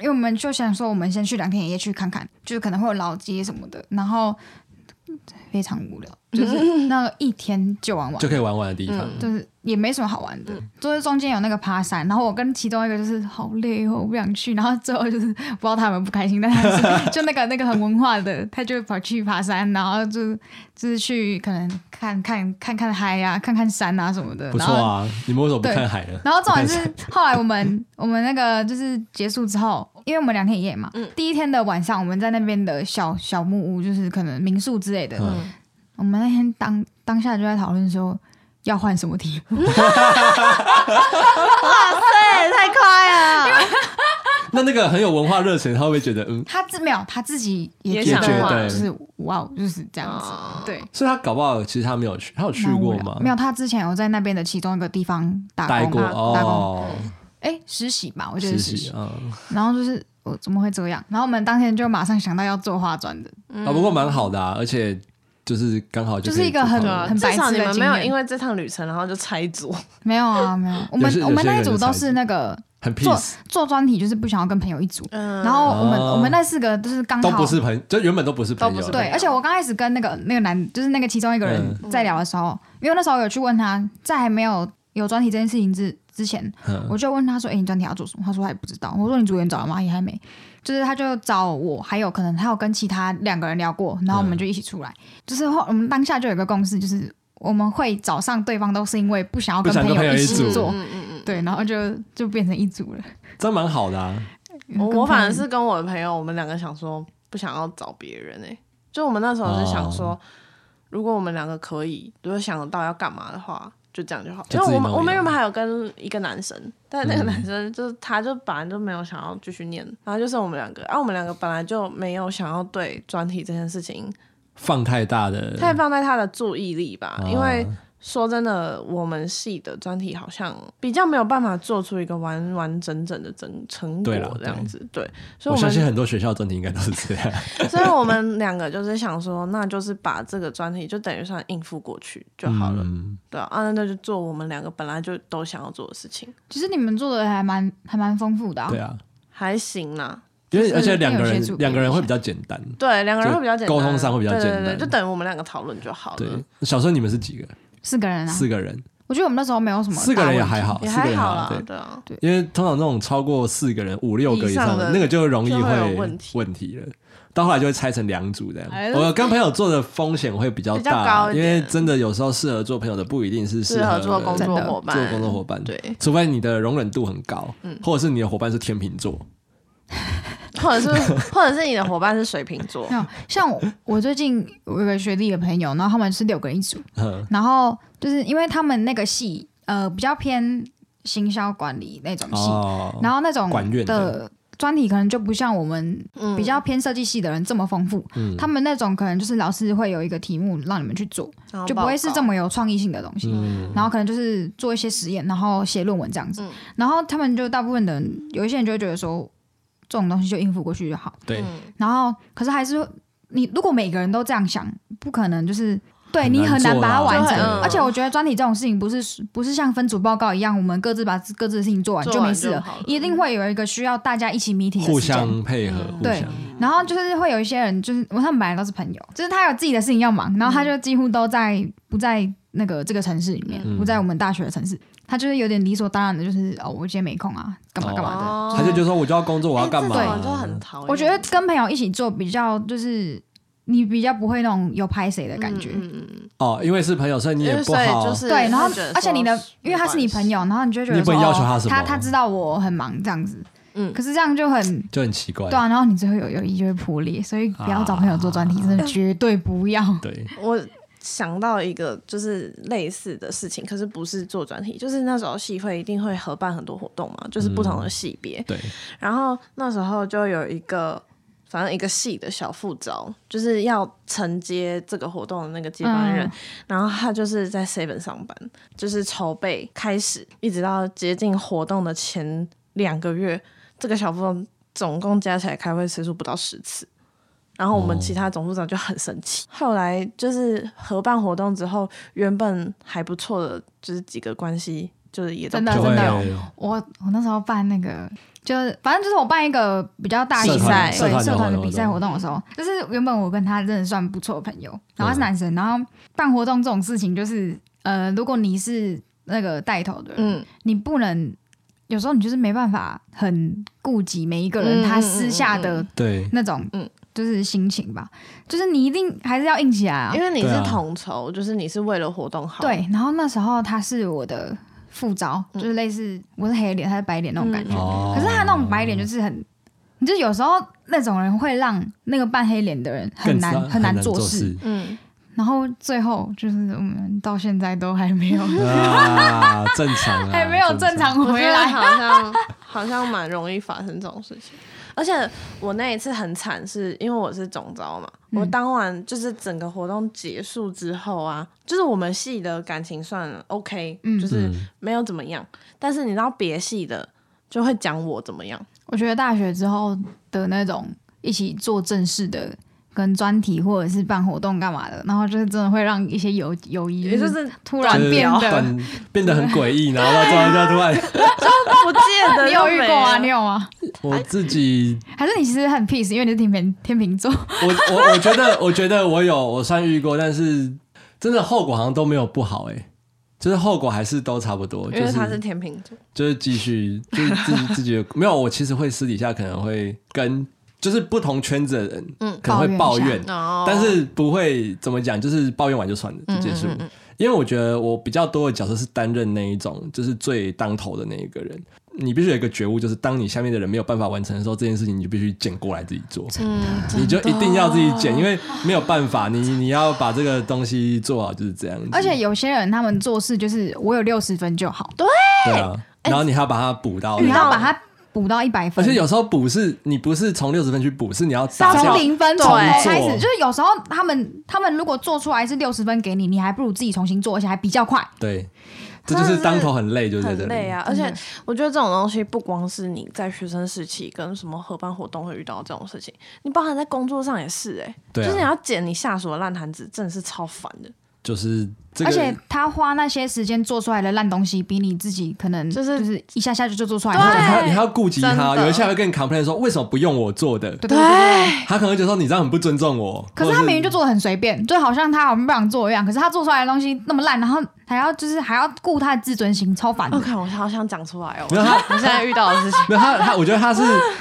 S1: 因为我们就想说，我们先去两天一夜去看看，就是可能会有老街什么的，然后非常无
S2: [LAUGHS]
S1: 聊，就是那个一天就玩完
S2: 就，可以嗯玩玩的地方，
S1: 就是也没什么好玩的。就是中间有那个爬山，然后我跟其中一个就是好累哦，我不想去。然后最后就是不知道他们不开心，但他是 [LAUGHS] 就那个那个很文化的，他就跑去爬山，然后就就是去可能看看看看海呀、啊，看看山啊什么的。
S2: 不
S1: 然
S2: 错
S1: 后
S2: 啊。你们为什么不
S1: 对
S2: 看海呢？
S1: 然后重点是，后来我们 [LAUGHS] 我们那个就是结束之后，因为我们两天一夜嘛，第一天的晚上我们在那边的小小木屋，就是可能民宿之类的，
S2: 嗯
S1: 我们那 [LAUGHS] 天当当下就在讨论说要换什么题目，
S2: 那那个很有文化热情，他会不会觉得嗯？
S1: 他自没有他自己
S3: 也
S1: 觉
S3: 想
S1: 得
S3: 玩
S1: 就是哇哦，就是这样子，
S3: 啊
S1: 对。
S2: 所以他搞不好其实他没有去，他有去
S1: 蛮无
S2: 过
S1: 聊
S2: 吗？
S1: 没有，他之前有在那边的其中一个地方打
S2: 待
S1: 工
S2: 过
S1: 吧打工，
S2: 哦，
S1: 哎，实习吧，我觉得
S2: 实
S1: 是实
S2: 习
S1: 习。
S2: 啊。嗯
S1: 然后就是我怎么会这样？然后我们当天就马上想到要做化妆的，
S2: 啊，不过蛮好的啊，而且就是刚好
S1: 嗯就是
S2: 可以
S1: 一个
S2: 做
S1: 很
S2: 朋友
S1: 对啊很
S3: 嗯至
S1: 白
S3: 少
S1: 痴
S3: 你
S1: 的
S3: 们
S1: 经
S3: 没有
S1: 验
S3: 因为这趟旅程然后就拆
S1: [LAUGHS]
S3: 组，
S1: 没有啊，没有。我们
S2: 有些
S1: 我们那一
S2: 有
S1: 组
S2: 些人
S1: 都
S2: 就是
S1: 那个
S2: 很
S1: 做
S2: peace，
S1: 做专题，就是不想要跟朋友一组。
S3: 嗯
S1: 然后我们、
S2: 哦
S1: 我们那四个就是刚
S2: 都
S1: 好
S2: 不是朋，就原本都不是朋
S3: 都
S2: 友，
S3: 不是朋
S1: 对，啊
S3: 友
S1: 而且我刚开始跟那个那个男，就是那个其中一个人
S2: 嗯
S1: 在聊的时候，因为那时候有去问他，在还没有有专题这件事情之之前，
S2: 嗯
S1: 我就问他说：“哎、你专题要做什么？”他说：“他也不知道。”我说：“你组员找了吗？”也还没。就是他就找我，还有可能他有跟其他两个人聊过，然后
S2: 嗯
S1: 我们就一起出来。就是后我们当下就有一个共识，就是我们会找上对方，都是因为不想要
S2: 不
S1: 跟
S2: 想跟朋友
S1: 一
S2: 一
S1: 起
S2: 组
S1: 做，
S3: 嗯嗯嗯
S1: 对，然后就就变成一组了。
S2: 真蛮好的啊。
S1: 嗯跟
S3: 我
S1: 朋友
S3: 我反而是跟我的朋友，我们两个想说不想要找别人
S2: 哦
S3: 哎、就我们那时候是想说，如果我们两个可以，如果想得到要干嘛的话，就这样就好。
S2: 就
S3: 因
S2: 自己
S3: 为我
S2: 弄
S3: 们
S2: 一嗯
S3: 我们
S2: 弄
S3: 原本还有跟一个男生，但那个男生就是、他就本来就没有想要继续念，然后就是我们两个，然、啊、后我们两个本来就没有想要对专题这件事情
S2: 放太大的，
S3: 太放在他的注意力吧，
S2: 啊
S3: 因为。说真的，我们系的专题好像比较没有办法做出一个完完整整的整成果
S2: 对啦
S3: 这样子，对，所
S2: 我
S3: 以我
S2: 相
S3: 们
S2: 信很多学校的专题应该都是这样。
S3: 所以我们两个就是想说，那就是把这个专题就等于算应付过去就好了，
S2: 嗯，
S3: 对啊，啊那就做我们两个本来就都想要做的事情，
S1: 其实你们做的还蛮还蛮丰富的、啊，
S2: 对啊，
S3: 还行啦。
S2: 因为
S1: 就是
S2: 而且两个
S1: 有些
S2: 人
S1: 组别
S2: 两个人会比较简单。
S3: 对，两个人会比较简单，
S2: 就沟通上会比较简单
S3: 对对对，就等于我们两个讨论就好
S2: 对
S3: 了。，
S2: 小时候你们是几个？
S1: 四个
S3: 嗯
S1: 人啊，
S2: 四个人，
S1: 我觉得我们那时候没有什么
S2: 四个人也
S1: 大问题
S2: 还好，
S3: 也
S2: 四个
S3: 还
S2: 人
S3: 好
S2: 对
S3: 啦，。对啊，
S2: 因为通常那种超过四个人、五六个以上
S3: 以上
S2: 的
S3: 的
S2: 那个就容易
S3: 就会有
S2: 问
S3: 问题
S2: 了。到后来就会拆成两组这样
S1: 哎。
S2: 我跟朋友做的风险会比较
S3: 比较
S2: 大，
S3: 高一
S2: 因
S3: 点
S2: 为真的有时候适合做朋友的不一定是
S3: 适合做工
S1: 真
S3: 作
S1: 的
S3: 伙伴，
S2: 做工作伙伴，
S3: 对，嗯
S2: 除非你的容忍度很高，或者是你的伙伴是天秤座，
S3: 或者是或者是你的伙伴是水瓶
S1: [LAUGHS]
S3: 座
S1: 没，有，像我我最近我有个学弟的朋友，然后他们是六个人一组，
S2: 嗯
S1: 然后就是因为他们那个系呃比较偏行销管理那种系，
S2: [LAUGHS] 哦，
S1: 然后那种
S2: 管院的
S1: 的专题可能就不像我们
S3: 嗯，
S1: 比较偏设计系的人这么丰富，
S2: 嗯
S1: 他们那种可能就是老师会有一个题目让你们去做，
S3: 然后
S1: 就不会是这
S3: 报
S1: 么有创意性的东西。
S2: 嗯
S1: 然后可能就是做一些实验，然后写论文这样子。
S3: 嗯
S1: 然后他们就大部分的人，有一些人就会觉告说，这种东西就应付过去就好。
S3: 告
S2: 对，
S3: 嗯
S1: 然后可是还是你如果每个人都这样想，不可能就是对
S2: 很
S1: 你
S2: 难
S1: 很难
S2: 做
S1: 把
S2: 啦
S1: 它完
S3: 就
S1: 成
S3: 很。嗯
S1: 而且我觉得专题这种事情不是不是像分组报告一样，我们各自把各自的事情做完
S3: 做
S1: 就
S3: 完
S1: 没事
S3: 就
S1: 了
S3: 好了，
S1: 一定会有一个需要大家一起 meeting
S2: 互
S1: 的时间。
S2: 相配合，互
S1: 嗯对
S2: 相
S1: 然后就是会有一些人，就是我他们本来都是朋友，就是他有自己的事情要忙，然后他就几乎都在、不在那个这个城市里面，
S2: 嗯
S1: 不在我们大学的城市，他就是有点理所当然的，就是哦，我今天没空啊，干嘛干嘛的。
S3: 哦
S2: 他就觉得说我就要工作，我要
S3: 哎
S2: 干嘛
S3: 这种就很讨厌，
S1: 我觉得跟朋友一起做比较，就是你比较不会那种有拍谁的感觉。
S3: 嗯嗯嗯
S2: 哦，因为是朋友，所以你
S3: 因
S2: 也
S3: 为
S2: 不
S3: 所以
S2: 好
S3: 就，是
S1: 对，然后
S3: 会觉得说
S1: 而且你的，因为他是你朋，友，然后你就会觉得
S2: 你不
S1: 说
S2: 能要求他
S1: 哦
S2: 什么
S1: 他他知道我很忙这样子，
S3: 嗯
S1: 可是这样就很。
S2: 就很奇怪
S1: 对，啊，然后你最后有友谊就会破裂，所以不要找朋友做专题，
S2: 啊
S1: 真的绝对不要。
S2: 对，
S3: 我想到一个就是类似的事情，可是不是做专题，就是那时候系会一定会合办很多活动嘛，就是不同的系别，
S2: 对，
S3: 然后那时候就有一个。反正一个系的小副招，就是要承接这个活动的那个接班人，
S1: 嗯
S3: 然后他就是在 Seven 上班，就是筹备开始一直到接近活动的前两个月，这个小副总总共加起来开会次数不到十次。然后我们
S2: 哦
S3: 其他总部长就很生气。后来就是合办活动之后，原本还不错的就是几个关系，就是也都
S1: 真的
S2: 就
S1: 真
S2: 会
S1: 的我我那时候办那个，就是反正就是我办一个比较大型
S3: 社团
S1: 的
S3: 社
S1: 对
S2: 团的
S1: 社团的
S2: 活
S1: 比
S2: 动
S1: 赛活动的时候，就是原本我跟他真的算不错的朋友，然后他是男生，然后办活动这种事情就是呃，如果你是那个带头的人，
S3: 嗯，
S1: 你不能有时候你就是没办法很顾及每一个人
S3: 嗯
S1: 他私下的
S2: 对，
S1: 那种
S3: 嗯
S1: 就是心情吧，就是你一定还是要硬起来啊
S3: 因，为你
S2: 对
S3: 是
S2: 啊
S3: 统筹，就是你是为了活动好，
S1: 对，然后那时候他是我的副招，
S3: 嗯
S1: 就是类似我是黑脸，他是白脸那种感觉。
S3: 嗯
S2: 哦
S1: 可是他那种白脸就是很，你就有时候那种人会让那个扮黑脸的人很
S2: 更
S1: 难
S2: 很
S1: 难
S2: 做
S1: 事。， [LAUGHS]
S3: 嗯，
S1: 然后最后就是我们到现
S3: 嗯
S1: [LAUGHS] 在都还没有， [LAUGHS]
S2: 啊，正常啊，
S1: 哎还没有正常回来。 [LAUGHS]
S3: 好像好像蛮容易发生这种事情。 [LAUGHS] 而且我那一次很惨，是因为我是总招嘛，我当晚就是整个活动结束之后啊，就是我们系的感情算 OK，、
S1: 嗯
S3: 就是没有怎么样。但是你知道别系的就会讲我怎么 [LAUGHS] 样，
S1: 我觉得大学之后的那种一起做正事的。跟专题或者是办活动干嘛的，然后就是真的会让一些友友谊
S3: 也就是
S1: 突
S2: 就
S1: 然
S2: 是
S1: 变得，
S2: 短变得很诡异，然后到最后就
S1: [LAUGHS]
S2: 突然，
S3: 不见得
S1: 你有遇过啊？你
S3: 你
S1: 有吗？
S2: 我自己，
S1: 还是你其实很 peace，因为你是天平天秤座，
S2: 我我我觉得，我觉得我有我算遇过，但是真的后果好像都没有不好、欸，哎，就是后果还是都差不多，
S3: 因
S2: 就
S3: 为
S2: 是
S3: 他是天秤座，
S2: 就是继续，就是自己自己的没有。我其实会私底下可能会跟就是不同圈子的人，
S3: 嗯
S2: 可能会抱
S1: 抱怨一下
S2: 怨，
S3: 哦
S2: 但是不会怎么讲，就是抱怨完就算了就
S1: 嗯
S2: 结束。因为我觉得我比较多的角色是担任那一种，就是最当头的那一个人。你必须有一个觉悟，就是当你下面的人没有办法完成的时候，这件事情你就必须捡过来自己做，
S3: 嗯
S2: 你就一定要自己
S1: 哦
S2: 捡，因为没有办法，你你要把这个东西做好就是这样子。
S1: 而且有些人他们做事就是我有六十分就好，对，
S2: 对啊，
S1: 哎
S2: 然后你还要把它补到，
S1: 你要把它补到一百
S2: 而
S1: 分，
S2: 且有时候补是你不是从六十分去补，是你要打
S1: 从
S2: 掉
S1: 零分
S2: 重
S1: 从零开始，
S2: 做
S1: 就是有时候他们他们如果做出来是六十分给你，你还不如自己重新做，而且还比较快。
S2: 对，这就是当头很累，就是在这里。
S3: 很累啊。而
S1: 真的
S2: 嗯
S3: 且我觉得这种东西不光是你在学生时期跟什么合办活动会遇到这种事情，你包含在工作上也是哎、
S2: 对啊
S3: 就是你要捡你下属的烂摊子，真的是超烦的。
S2: 就是这
S1: 而且
S2: 个，
S1: 他花那些时间做出来的烂东西，比你自己可能
S3: 就是
S1: 就是一下下就就做出来
S2: 你
S1: 了。
S2: 还你还要顾及他，
S3: 真的
S2: 有一些还会跟你 complain 说为什么不用我做的，
S1: 对对对对对。
S2: 他可能会觉得说你这样很不尊重我。
S1: 可是
S2: 或者
S1: 他明明就做的很随便，就好像他好像不想做一样。可是他做出来的东西那么烂，然后还要就是还要顾他的自尊心，超烦的
S3: 我。哦看我好想讲出来哦，
S2: 嗯没有啊
S3: [LAUGHS]
S2: 他。
S3: 我现在遇到的事情
S2: [LAUGHS] 没有他，他我觉得他是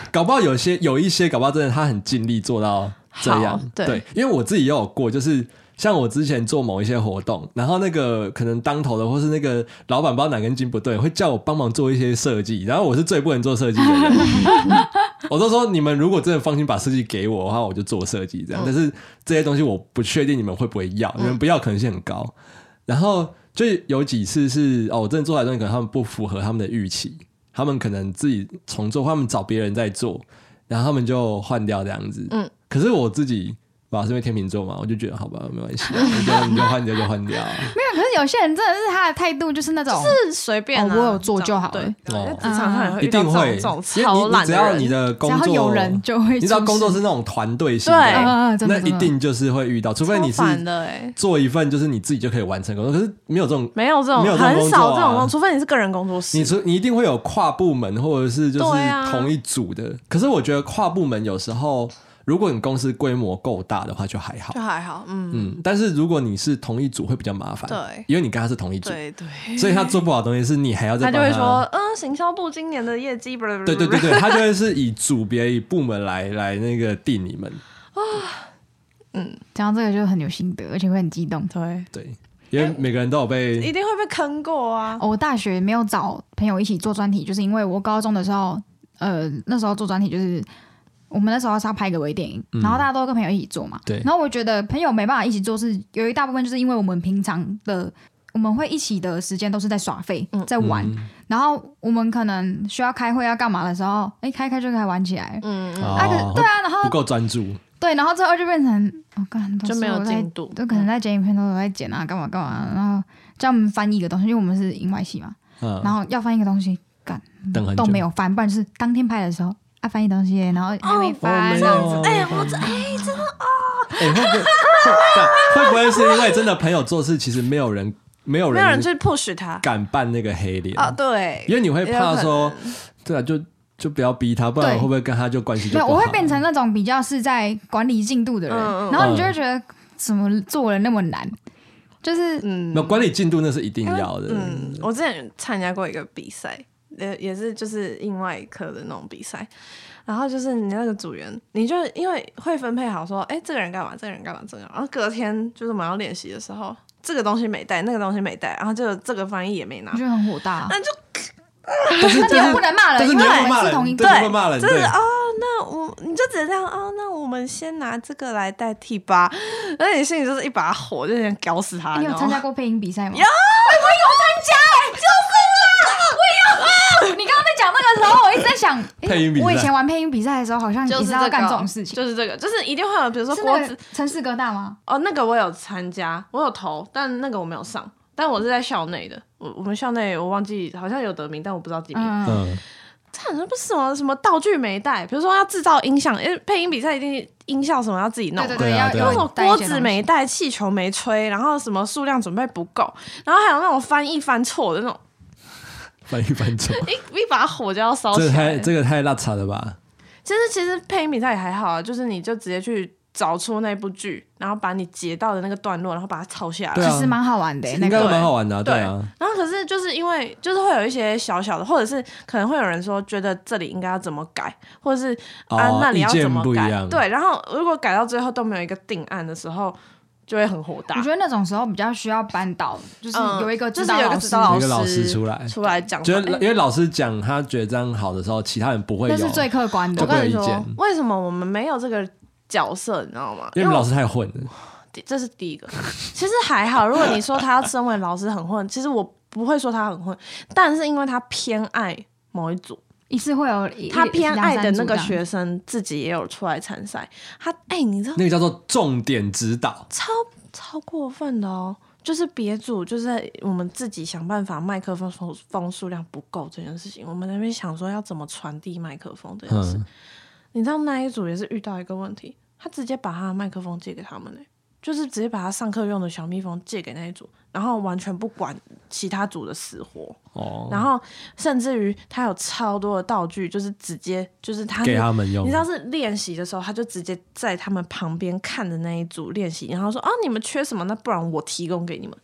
S2: 搞不好有些有一些搞不好真的他很尽力做到这样
S3: 好，对
S2: 因为我自己也有过，就是像我之前做某一些活动，然后那个可能当头的或是那个老板不知道哪根筋不对，会叫我帮忙做一些设计，然后我是最不能做设计的
S3: [LAUGHS]
S2: 人，我都说你们如果真的放心把设计给我的话，我就做设计这样，但是这些东西我不确定你们会不会要，你
S3: 嗯
S2: 们不要可能性很高，然后就有几次是哦，我真的做出来的东西可能他们不符合他们的预期，他们可能自己重做，或他们找别人在做，然后他们就换掉这样子。
S3: 嗯，
S2: 可是我自己。吧，是因为天秤座嘛，我就觉得好吧，没关
S3: [LAUGHS]
S2: 系、啊，你就你就换掉就换掉啊、
S1: 没有，可是有些人真的是他的态度就是那种，
S3: [LAUGHS] 是随便、啊
S1: 哦我有做就好
S3: 对
S1: 了，
S2: 哦
S3: 在职场上也会
S2: 一
S3: 遇到
S2: 定
S3: 这种
S2: 会，
S3: 这
S2: 因为
S3: 种超
S2: 你你
S3: 烂
S2: 只
S3: 的
S2: 要你
S3: 人。
S2: 的工
S1: 只要
S2: 作
S1: 有人就会出事。
S2: 你只要工作是那种团队型的，
S3: 对嗯
S1: 嗯嗯真的
S2: 那
S1: 真的
S2: 一定就是会遇到，除非你是
S3: 超烦的哎、
S2: 做一份就是你自己就可以完成的工作，可是没有这种
S3: 没有这种
S2: 没有这种
S3: 很少
S2: 工作啊
S3: 这种工作，除非你是个人工作
S2: 你
S3: 室。
S2: 说你一定会有跨部门或者是就是
S3: 对啊
S2: 同一组的，可是我觉得跨部门有时候，如果你公司规模够大的话就还好
S3: 就，还好，嗯，
S2: 嗯，但是如果你是同一组会比较麻烦，
S3: 对
S2: 因为你跟他是同一组，[LAUGHS]
S3: 对对，
S2: 所以他做不好的东西是你还要再
S1: [LAUGHS]
S3: 他就
S2: 帮
S3: 会说，嗯，行销部今年的业
S2: [LAUGHS]
S3: 绩，
S2: 对
S3: 对
S2: 对对对，他就会是以组别以部门来来那个定你们，
S1: 讲到这个就很有心得，而且会很激动。
S3: 对，
S2: 对，因为每个人都有
S3: 一
S2: 被嗯
S3: 定会被坑过啊。
S1: 哦我大学没有找朋友一起做专题，就是因为我高中的时候，呃，那时候做专题就是我们那时候是要拍一个微电影，然后大家都跟朋友一起做嘛。
S2: 嗯对
S1: 然后我觉得朋友没办法一起做是，有一大部分就是因为我们平常的我们会一起的时间都是在耍废，在玩，
S2: 嗯
S1: 然后我们可能需要开会要干嘛的时候，哎，开一开就开始玩起来了。
S3: 嗯，嗯
S1: 啊，可
S2: 哦
S1: 是对啊，然
S2: 不
S1: 后
S2: 够专注，
S1: 对，然后最后就变成，我、哦、干都
S3: 就是没有
S1: 我在
S3: 进嗯度，
S1: 都可能在剪影片，都有在剪啊，干嘛干嘛，然后叫我们翻译一个东西，因为我们是影外系嘛，
S2: 嗯，
S1: 然后要翻译一个东西
S2: 等很久
S1: 都没有翻，不然就是当天拍的时候啊翻译东西，然后
S3: 嗯
S1: 还没
S2: 哦，没
S1: 翻，
S2: 有，
S3: 哎，我这哎，
S2: 哎、会不会会不会是因为真的朋友做事，其实没有人没有
S3: 没有人
S2: 人
S3: 去 push 他
S2: 敢扮那个黑脸
S3: 啊，
S1: 哦
S3: 对，
S2: 因为你会怕说
S3: 也有可，
S2: 对啊，就就不要逼他，不然
S1: 对
S2: 会不会跟他就关系就
S1: 没有，
S2: 不
S1: 我
S2: 好
S1: 会变成那种比较是在管理进度的人，
S3: 嗯嗯
S1: 然后你就会觉得怎么做人那么难，就是
S3: 嗯
S2: 没有管理进度，那是一定要的。
S3: 嗯，我之前参加过一个比赛，呃，也是就是另外一科的那种比赛，然后就是你那个组员，你就因为会分配好说，哎、这个人干嘛，这个人干嘛，这个人，然后隔天就是我们要练习的时候，这个东西没带，那个东西没带，然后就这个翻译也没拿
S1: 我，觉得很火大。
S3: 那就
S1: 但是你
S2: 但是
S1: 又不能骂人，
S2: 但是
S1: 因
S2: 你
S1: 为
S2: 会
S1: 我
S2: 骂
S1: 们是
S2: 人，
S1: 同一
S2: 对，
S1: 个。
S2: 你会骂人，
S3: 真
S2: 对
S3: 的，哦，那我你就只能这样哦，那我们先拿这个来代替吧，然后你心里就是一把火，就想搞死他，
S1: 你有
S3: 知道
S1: 哎参
S3: 吗
S1: 加过配音比赛吗？
S3: 啊
S1: 我
S3: 有
S1: 有参加、哎，就是啦，我有啊！你刚刚在讲那个时候，我一直在想，诶
S2: 配音比赛
S1: 我以前玩配音比赛的时候，好像
S3: 就
S1: 也
S3: 是
S1: 是
S3: 这
S1: 要
S3: 个
S1: 干这种事情。
S3: 就是这个，就是一定会有，比如说
S1: 是
S3: 锅
S1: 那
S3: 子
S1: 个城市哥大吗？
S3: 哦，那个我有参加，我有投，但那个我没有上，但我是在校内的，我我们校内我忘记好像有得名，但我不知道几名。
S1: 嗯，
S2: 嗯，
S3: 这好像不是什么什么道具没带，比如说要制造音响，因为配音比赛一定音效什么要自己弄
S1: 对
S3: 嘛。
S1: 对
S2: 对啊
S1: 要
S2: 对啊
S3: 有
S1: 要
S3: 什么
S1: 带一
S3: 锅
S1: 些
S3: 子
S1: 东
S3: 没
S1: 西
S3: 带，气球没吹，然后什么数量准备不够，然后还有那种翻译翻错的那种，
S2: 翻译翻错，
S3: 一一把火就要烧
S2: 嗯这个
S3: 起来
S2: 太。这个太辣惨了吧？
S3: 其实其实配音比赛也还好啊，就是你就直接去找出那部剧，然后把你截到的那个段落，然后把它抄下来。
S2: 对啊
S1: 其实蛮好玩的、那
S2: 应该
S1: 个
S2: 蛮好玩的啊，对
S3: 对
S2: 啊，
S3: 然后可是就是因为就是会有一些小小的，或者是可能会有人说觉得这里应该要怎么改，或者是啊
S2: 哦
S3: 那里要
S2: 意见
S3: 怎么
S2: 不一
S3: 改
S2: 样，
S3: 对。然后如果改到最后都没有一个定案的时候，就会很火大
S1: 我。觉得那种时候比较需要班导，就是
S3: 嗯
S1: 有一个
S3: 就
S1: 指
S3: 是
S1: 导
S3: 有一个
S1: 老师，
S3: 指导老
S2: 有一
S3: 师
S2: 个老师出来
S3: 出来讲
S2: 觉
S3: 说，
S2: 得
S3: 哎
S2: 因为老师讲他觉得这样好的时候，其他人不会有，
S1: 那是最客观
S2: 就
S1: 的
S3: 我。跟你
S2: 会有意
S3: 说
S2: 见，
S3: 为什么我们没有这个角色，你知道吗？
S2: 因为
S3: 我
S2: 老师太混了，
S3: 这是第一个。其实还好，如果你说他身为老师很混，其实我不会说他很混，但是因为他偏爱某一组，
S1: 一次会有一
S3: 他偏爱的那个，
S1: 一
S3: 学生自己也有出来参赛。他哎、你知道
S2: 那个叫做重点指导，
S3: 超超过分的哦。就是别组，就是我们自己想办法，麦克风数风数量不够这件事情，我们在那边想说要怎么传递麦克风这件事。
S2: 嗯，
S3: 你知道那一组也是遇到一个问题，他直接把他的麦克风借给他们呢、就是直接把他上课用的小蜜蜂借给那一组，然后完全不管其他组的死活，
S2: 哦，
S3: 然后甚至于他有超多的道具，就是直接就是他
S2: 给他们用
S3: 你知，道是练习的时候，他就直接在他们旁边看着那一组练习，然后说：“哦，你们缺什么？那不然我提供给你们。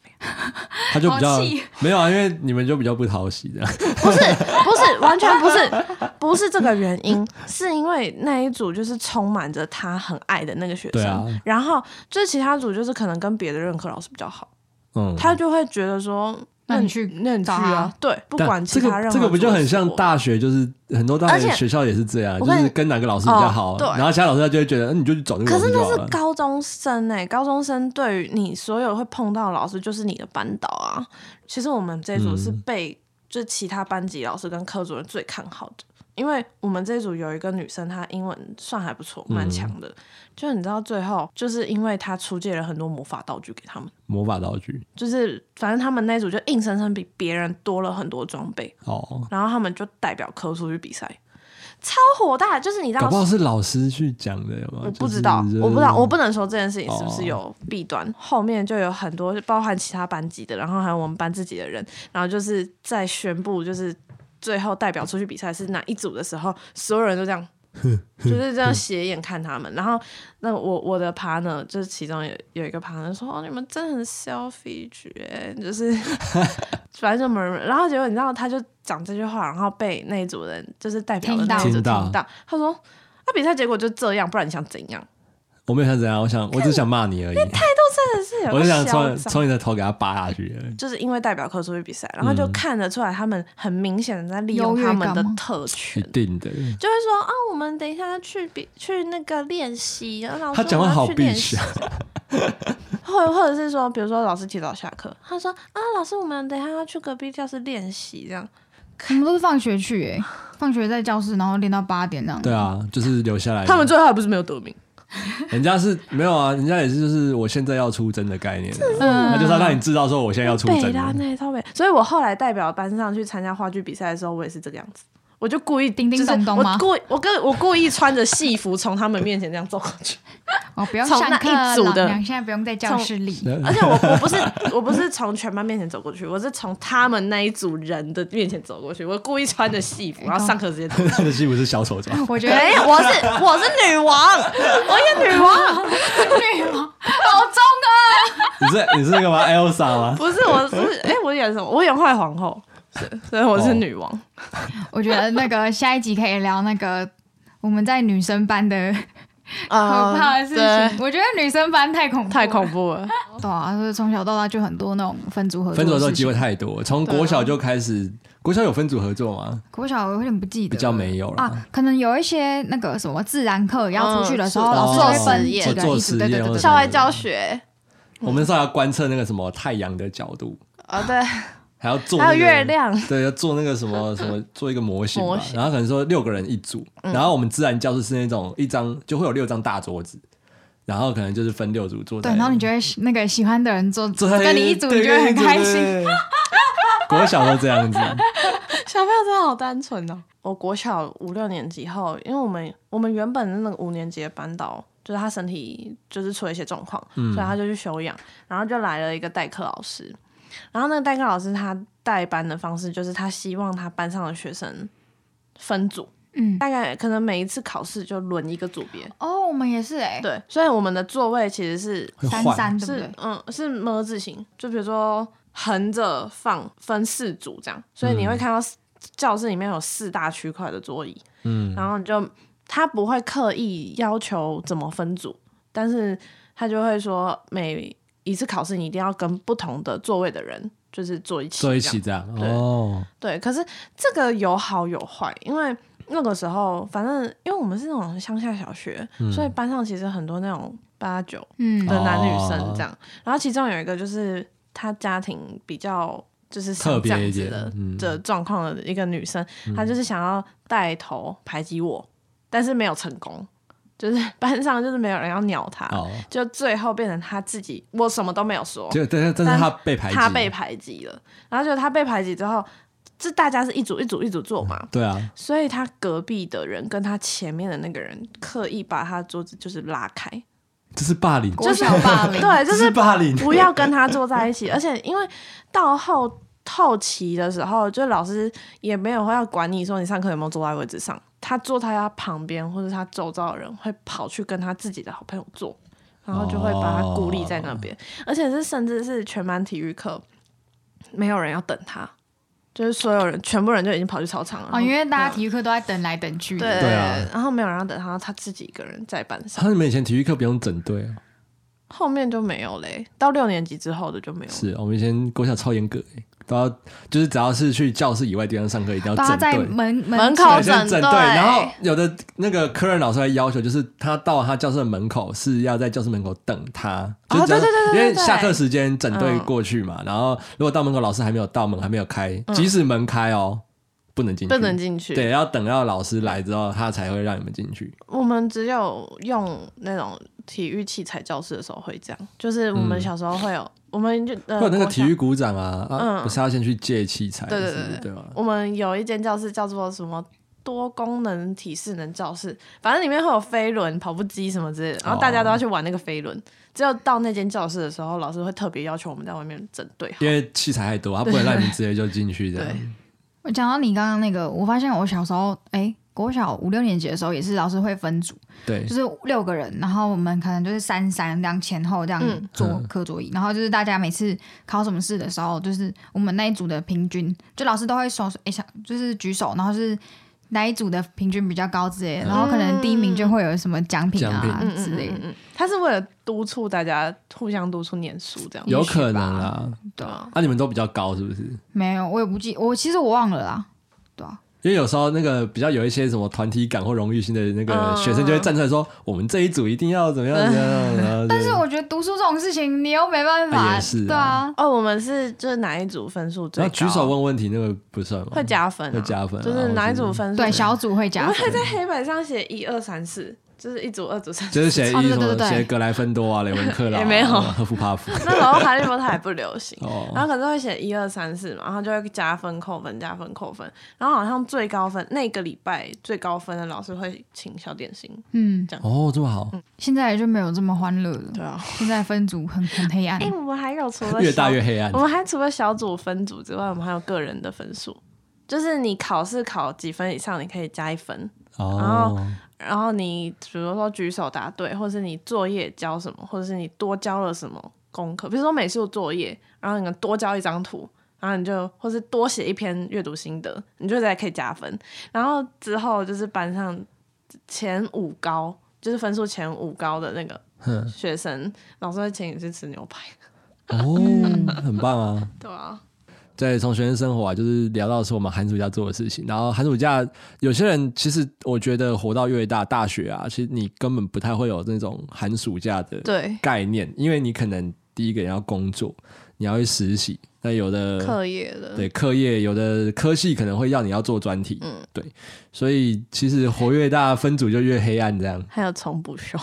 S2: 他就比较
S1: 好气
S2: 没有啊，因为你们就比较不讨喜的，”
S3: 不是，不是，完全不是，不是这个原因， [LAUGHS] 是因为那一组就是充满着他很爱的那个学
S2: 对
S3: 生，
S2: 啊
S3: 然后就其他组就是可能跟别的任课老师比较好，
S2: 嗯，
S3: 他就会觉得说。
S1: 那你去
S3: 那你去
S1: 找他
S3: 啊！对，不
S2: 但
S3: 管其
S2: 这
S3: 他
S2: 个
S3: 任何
S2: 这个不就很像
S3: 组的
S2: 大学，就是很多大
S3: 而
S2: 学
S3: 且
S2: 学校也是这样，
S3: 我
S2: 就
S3: 跟你
S2: 是跟哪个老师比较好，
S3: 哦对
S2: 然后其他老师他就会觉得，嗯，你就去找那个
S3: 可
S2: 老
S3: 是
S2: 师就
S3: 那
S2: 好
S3: 是
S2: 了。
S3: 高中生哎、高中生对于你所有会碰到的老师就是你的班导啊。其实我们这一
S2: 嗯
S3: 组是被、就是其他班级老师跟科主任最看好的，因为我们这一组有一个女生，她英文算还不错，蛮强的。就你知道最后就是因为她出借了很多魔法道具给他们，
S2: 魔法道具
S3: 就是反正他们那一组就硬生生比别人多了很多装备，
S2: 哦，
S3: 然后他们就代表科出去比赛，超火大！就是你知道
S2: 搞不好是老师去讲的，有吗？
S3: 我
S2: 就
S3: 嗯不
S2: 是
S3: 知道，我不知道，我不能说这件事情
S2: 哦
S3: 是不是有弊端。后面就有很多包含其他班级的，然后还有我们班自己的人，然后就是在宣布就是最后代表出去比赛是哪一组的时候，所有人都
S2: [LAUGHS]
S3: 这样。就是这样斜眼看他们，然后那我我的 partner 就是其中有有一个 partner 说哦你们真的很 selfish，、欸、就是
S2: [LAUGHS]
S3: 反正就没人，然后结果你知道他就讲这句话，然后被那一组人就是代表的那一组
S2: 听
S3: 听
S2: 到
S3: 到，他说那、比赛结果就这样，不然你想怎样？
S2: 我没有想怎样，我想我只想骂你而已，
S3: 真的是
S2: 我
S3: 有
S2: 就
S3: 个
S2: 想
S3: 嚣
S2: 从
S3: 张。
S2: 从你的头给他扒下去而已。
S3: 就是因为代表科出去比赛，然后就
S2: 嗯
S3: 看得出来他们很明显的在利
S1: 优
S3: 用
S1: 越
S3: 他
S1: 感
S3: 们的
S1: 吗
S3: 特
S2: 一
S3: 权，
S2: 定的，
S3: 就会说啊，我们等一下去比去那个练习，然后老师
S2: 他讲话
S3: 我
S2: 好
S3: 要去
S2: 必
S3: 练习
S2: 须，，啊
S3: 或或者是说，比如说老师提早下课，他说啊，老师我们等一下要去隔壁教室练习，这样
S2: 嗯
S1: 我们都是放学去、诶，放学在教室，然后练到八点这样。
S2: 对啊，就是留下来。
S3: 他们最后还不是没有得名，
S2: 人家是没有啊，人家也是就是我现在要出征的概念啊，
S1: 嗯
S2: 他就是要让你知道说我现在要出
S3: 北
S2: 征
S3: 啦
S2: 了。
S3: 那一套北，所以我后来代表班上去参加话剧比赛的时候，我也是这个样子。我就故意
S1: 叮叮
S3: 就是
S1: 咚咚吗
S3: 我故意我跟我故意穿着戏服从他们面前这样走过去，
S1: 哦，不用
S3: 从
S1: 上
S3: 那
S1: 课，
S3: 一组的
S1: 老娘现在不用在教室里。
S3: 而且我我不是我不是从全班面前走过去，我是从他们那一组人的面前走过去，我故意穿着戏服，然后上课直接走过去。
S2: 他的戏服是小丑装，
S1: 我觉得
S3: 哎
S1: [LAUGHS]
S3: [LAUGHS] 没有，我是我是女王，我是女王，
S1: 女王好重啊！
S2: 你是你是那个吗？Elsa 吗？
S3: [LAUGHS] 不是我是哎、我演什么？我演坏皇后，是所以我
S2: 哦
S3: 是女王。
S1: 我觉得那个下一集可以聊那个我们在女生班的可怕的事
S3: 哦呃对
S1: 情。我觉得女生班太恐怖，
S3: 太恐怖了。
S1: 怖。对啊，就是从小到大就很多那种分组合作
S2: 分组
S1: 的
S2: 的时候
S1: 事
S2: 机会
S1: 情。
S2: 太多，从国小就开始，国小有分组合作吗？
S1: 国小我有点不记得，
S2: 比较没有啦。
S1: 啊，可能有一些那个什么自然课要出去的时候，
S3: 嗯
S1: 老师
S3: 做
S1: 会分
S3: 实验
S1: 几个
S2: 哦做
S1: 人一
S2: 实
S1: 组，对对
S2: 验
S1: 对
S2: 或
S1: 对
S2: 者
S1: 对
S2: 什么
S3: 校外教学
S2: 我们是要观测那个什么太阳的角度，
S3: 啊、哦，对，
S2: 还要 [LAUGHS] 做、那
S3: 还有
S2: 个
S3: 月亮，
S2: [LAUGHS] 对，要做那个什么
S1: [LAUGHS]
S2: 什么，做一个模型吧。
S3: 模型
S2: 然后可能说六个人一组，
S1: 嗯
S2: 然后我们自然教室是那种一张就会有六张大桌子，然后可能就是分六组坐在。
S1: 对，然后你就会喜那个喜欢的人坐
S2: 坐在
S1: 跟你一组，
S2: 对
S1: 你就会很
S2: 跟你一组
S1: 开心。
S2: 对国小都这
S1: [LAUGHS]
S2: 样子，
S3: 小朋友真的好单纯哦。我国小五六年级后，因为我们我们原本那个五年级的班导，就是他身体就是出了一些状况，所以他就去休养，然后就来了一个代课老师。然后那个代课老师他带班的方式就是他希望他班上的学生分组，
S1: 嗯，
S3: 大概可能每一次考试就轮一个组别。
S1: 哦，我们也是哎，
S3: 对，所以我们的座位其实是
S2: 会
S1: 三
S2: 换
S1: 三对不
S3: 是
S1: 对？
S3: 嗯是么字形，就比如说横着放分四组这样，所以
S2: 嗯
S3: 你会看到教室里面有四大区块的桌椅，
S2: 嗯，
S3: 然后你就他不会刻意要求怎么分组，但是他就会说每一次考试你一定要跟不同的座位的人就是坐一起，
S2: 坐一起。这样
S3: 对
S2: 哦，
S3: 对，可是这个有好有坏，因为那个时候反正因为我们是那种乡下小学，
S2: 嗯
S3: 所以班上其实很多那种八九
S1: 嗯
S3: 的男女
S2: 哦
S3: 生这样。然后其中有一个就是她家庭比较就是像这样子
S2: 特
S3: 的
S2: 别一、点嗯嗯
S3: 的状况的一个女生，她就是想要带头排挤我，但是没有成功，就是 [LAUGHS] 班上就是没有人要鸟她，
S2: 哦，
S3: 就最后变成她自己，我什么都没有说，
S2: 就但是但是他被排挤，
S3: 她被排挤了。然后就她被排挤之后，这大家是一组一组一组做嘛，
S2: 对啊，
S3: 所以她隔壁的人跟她前面的那个人刻意把她桌子就是拉开，
S2: 这是霸凌，
S1: 国小
S3: [LAUGHS]
S1: 霸凌，
S3: 对，就
S2: 这
S3: 是
S2: 嗯是霸 [LAUGHS] 凌，
S3: 不要跟他坐在一起。而且因为到后后期的时候，就老师也没有会要管你说你上课有没有坐在位置上，他坐在他旁边或者他周遭的人会跑去跟他自己的好朋友坐，然后就会把他孤立在那
S2: 哦
S3: 边，而且是甚至是全班体育课没有人要等他。就是所有人，全部人就已经跑去操场了。
S1: 哦，因为大
S3: 然
S1: 家
S3: 后
S1: 体育课都在等来等去的，
S3: 对
S2: 对啊
S3: 然后没有人要等他，他自己一个人在班上。
S2: 他们以前体育课不用整队哦，
S3: 后面就没有嘞，到六年级之后的就没有了。
S2: 是我们以前国小超严格欸，都要就是只要是去教室以外地方上课，一定要
S1: 大家
S2: 整
S1: 在
S2: 队。
S1: 门
S3: 门
S1: 门
S3: 口
S1: 前
S2: 对就是整
S3: 整队
S2: 然后有的那个科任老师还要求，就是他到他教室的门口是要在教室门口等他，就
S3: 哦
S2: 只要
S3: 对对对对
S2: 因为
S3: 对对
S2: 下课时间整队
S3: 嗯
S2: 过去嘛。然后如果到门口老师还没有到门还没有开，即使门开哦，不能进去，
S3: 不能进去。
S2: 对，要等到老师来之后，他才会让你们进去。
S3: 我们只有用那种体育器材教室的时候会这样，就是我们小时候会有，我们就呃
S2: 嗯会有那个
S3: 国
S2: 体
S3: 小
S2: 育鼓掌啊，啊，
S3: 嗯
S2: 不是要先去借器材，
S3: 对对
S2: 是不是对
S3: 对
S2: 吧？
S3: 我们有一间教室叫做什么多功能体适能教室，反正里面会有飞轮、跑步机什么之类的，然后大
S2: 哦
S3: 家都要去玩那个飞轮。只有到那间教室的时候，老师会特别要求我们在外面整队好。
S2: 因为器材太多，他不能让你们直接就进去这样。
S1: 我讲到你刚刚那个，我发现我小时候，哎，国小五六年级的时候也是老师会分组，
S2: 对
S1: 就，是六个人，然后我们可能就是三三这样前后这样
S3: 嗯
S1: 坐
S2: 嗯
S1: 课桌椅，然后就是大家每次考什么试的时候，就是我们那一组的平均，就老师都会手哎想就是举手，然后是。哪一组的平均比较高之类的，然后可能第一名就会有什么奖品
S2: 奖
S1: 啊
S2: 品
S3: 嗯嗯
S1: 之类
S3: 嗯
S1: 的，
S3: 嗯，他是为了督促大家互相督促念书这样。
S2: 有
S1: 也许
S2: 可能
S1: 吧
S2: 啦。
S3: 嗯
S1: 对啊，
S2: 啊，你们都比较高是不是？
S1: 没有，我也不记，我其实我忘了啦，对啊，
S2: 因为有时候那个比较有一些什么团体感或荣誉心的那个
S3: 嗯
S2: 学生就会站出来说，我们这一组一定要怎么样怎么样。然后就
S1: 但是我觉得读书这种事情，你又没办
S2: 啊
S1: 法，
S2: 也是啊
S1: 对啊，
S3: 哦，我们是就是哪一组分数最
S2: 然
S3: 高？
S2: 后举手问问题那个不算吗？
S3: 会加分、啊，
S2: 会加分啊
S3: 就是哪一组分数
S1: 对，小组会
S3: 我
S1: 加
S3: 们
S1: 分
S2: [LAUGHS]
S3: 会在黑板上写一二三四，就是一组、二组、三组。
S2: 就是写
S1: 哦
S2: 一
S1: 对
S2: 什
S1: 对对
S2: 么
S1: 对
S2: 写格莱芬多啊、雷文克劳啊、
S3: 也没有
S2: [LAUGHS]
S3: 啊
S2: 赫夫帕夫。，
S3: [LAUGHS] 那时候哈利波特还不流行
S2: 哦
S3: 然后可是会写一二三四嘛，然后就会加分、扣分、加分、扣分，然后好像最高分那个礼拜最高分的老师会请小点心。
S1: 嗯，
S2: 哦，这么好，
S1: 现在就没有这么欢乐了，
S3: 对啊，
S1: 现在分组很很黑暗
S3: 哎、，我们嗯还有除
S2: [LAUGHS]
S3: 了
S2: 越大
S3: 小
S2: 越黑暗
S3: 我。们还除了小组分组之外，我们还有个人的分数，就是你考试考几分以上，你可以加一分。
S2: 哦，
S3: 然后你比如说举手答对，或是你作业交什么，或者是你多交了什么功课，比如说美术作业，然后你多交一张图，然后你就或是多写一篇阅读心得，你就才可以加分。然后之后就是班上前五高，就是分数前五高的那个
S2: 哼，
S3: 学生，老师会请你去吃牛排， [LAUGHS]
S2: 哦，很棒啊。
S3: 对啊，
S2: 对，从学生生活啊，就是聊到是我们寒暑假做的事情。然后寒暑假，有些人其实我觉得活到越大，大学啊，其实你根本不太会有那种寒暑假的
S3: 对
S2: 概念，因为你可能第一个人要工作，你要去实习，那有的
S3: 课业的，
S2: 对课业，有的科系可能会要你要做专题，
S3: 嗯
S2: 对，所以其实活越大，分组就越黑暗这样
S3: 还有重补修，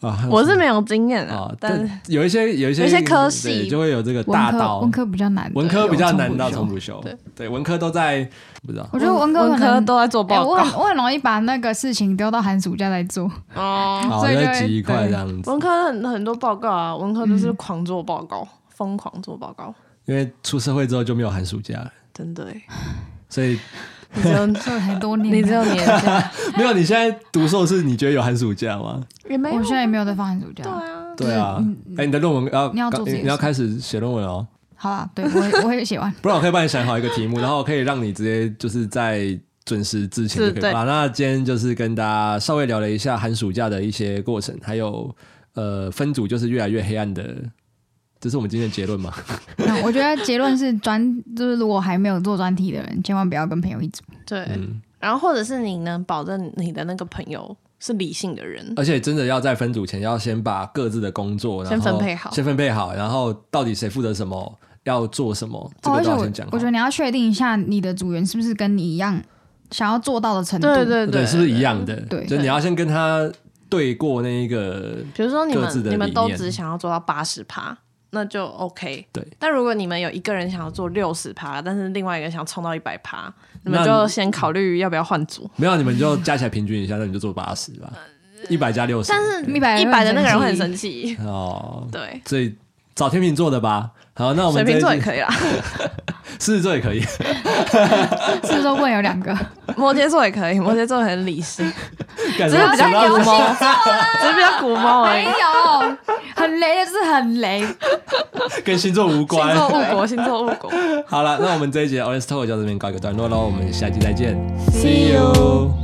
S2: 啊。
S3: 我是没有经验啊
S2: 啊，，
S3: 但是
S2: 但有一些有一些
S3: 有一些科
S2: 对
S3: 系
S2: 就会有这个
S1: 文
S2: 大
S1: 科
S2: 道
S1: 文科比较难，
S2: 文科比较难到
S1: 到
S2: 重补修，
S3: 对
S2: 对，文科都在不知道
S1: 我觉得文科
S3: 文
S1: 可能
S3: 科都在做
S1: 哎
S3: 报
S1: 我
S3: 告
S1: 很我很容易把那个事情丢到寒暑假来做，
S3: [LAUGHS] 哦。
S2: 好
S1: 所以就
S2: 要
S1: 会
S2: 挤一块
S1: 对
S2: 这样子，
S3: 文科很很多报告啊，文科都
S2: 嗯
S3: 是狂做报告，疯狂做报告，
S2: 因为出社会之后就没有寒暑假了，
S3: 真的
S2: [LAUGHS]
S3: 欸，
S2: 所以
S3: 你只有
S1: 做了很多年。
S3: 你只有年假，
S2: 没有。你现在读硕士，你觉得有寒暑假吗？
S3: 也没有
S1: 我现在也没有在放寒暑假
S3: 对。啊，
S2: 对啊，哎、你的论文要
S1: 你要做这件事
S2: 你要开始写论文哦，
S1: 好啦，对我会我会写完。
S2: 不然我可以帮你想好一个题目，然后我可以让你直接就是在准时之前
S3: 是
S2: 就可以发。那今天就是跟大家稍微聊了一下寒暑假的一些过程，还有呃分组就是越来越黑暗的，这是我们今天的结论嘛？
S1: 那我觉得结论是专，就是如果还没有做专题的人，千万不要跟朋友一组。
S3: 对。
S2: 嗯，
S3: 然后或者是你能保证你的那个朋友是理性的人，
S2: 而且真的要在分组前要先把各自的工作
S3: 先
S2: 然后
S3: 分配好
S2: 先分配好，然后到底谁负责什么，要做什么，这
S1: 哦，而
S2: 个都
S1: 且
S2: 要
S1: 我
S2: 先讲好。
S1: 我觉得你要确定一下你的组员是不是跟你一样想要做到的程度。
S3: 对对
S2: 对，是不是一？样的？
S1: 对
S2: 就你要先跟他对过那一个，
S3: 比如说你
S2: 各自的
S3: 们
S2: 理
S3: 你们都
S2: 念
S3: 只想要做到八十趴，那就 OK。
S2: 对，
S3: 但如果你们有一个人想要做六十趴，但是另外一个人想冲到一百趴，你们
S2: 那
S3: 就先考虑要不要换组。
S2: 没有你们就加起来平均一下，那你就做八十吧，一百加六十。
S3: 但是
S1: 一百
S3: 一百的那个人会很
S1: 生
S3: 生气，
S2: 哦，
S3: 对，
S2: 所以找天秤座的吧。好，那我
S3: 水
S2: 们这
S3: 瓶座也
S2: 一集 [LAUGHS]
S3: 可以啦，
S2: 狮子座也可以，
S1: 是说问有两个，
S3: 摩羯座也可以，摩羯座很理性，
S2: 感
S3: [LAUGHS] 只
S2: 觉
S3: 是比较
S2: 想到
S3: 古
S2: 什么？
S3: 猫，只是比较古猫而
S1: 没
S3: 已。
S1: 有，很雷的就是很雷，
S2: 跟星座无
S3: 星
S2: 关。
S3: 座误国，星座误国。
S2: 好了，那我们这一节 Orange Talk 就到这边告一个段落喽，我们下期再见，See you。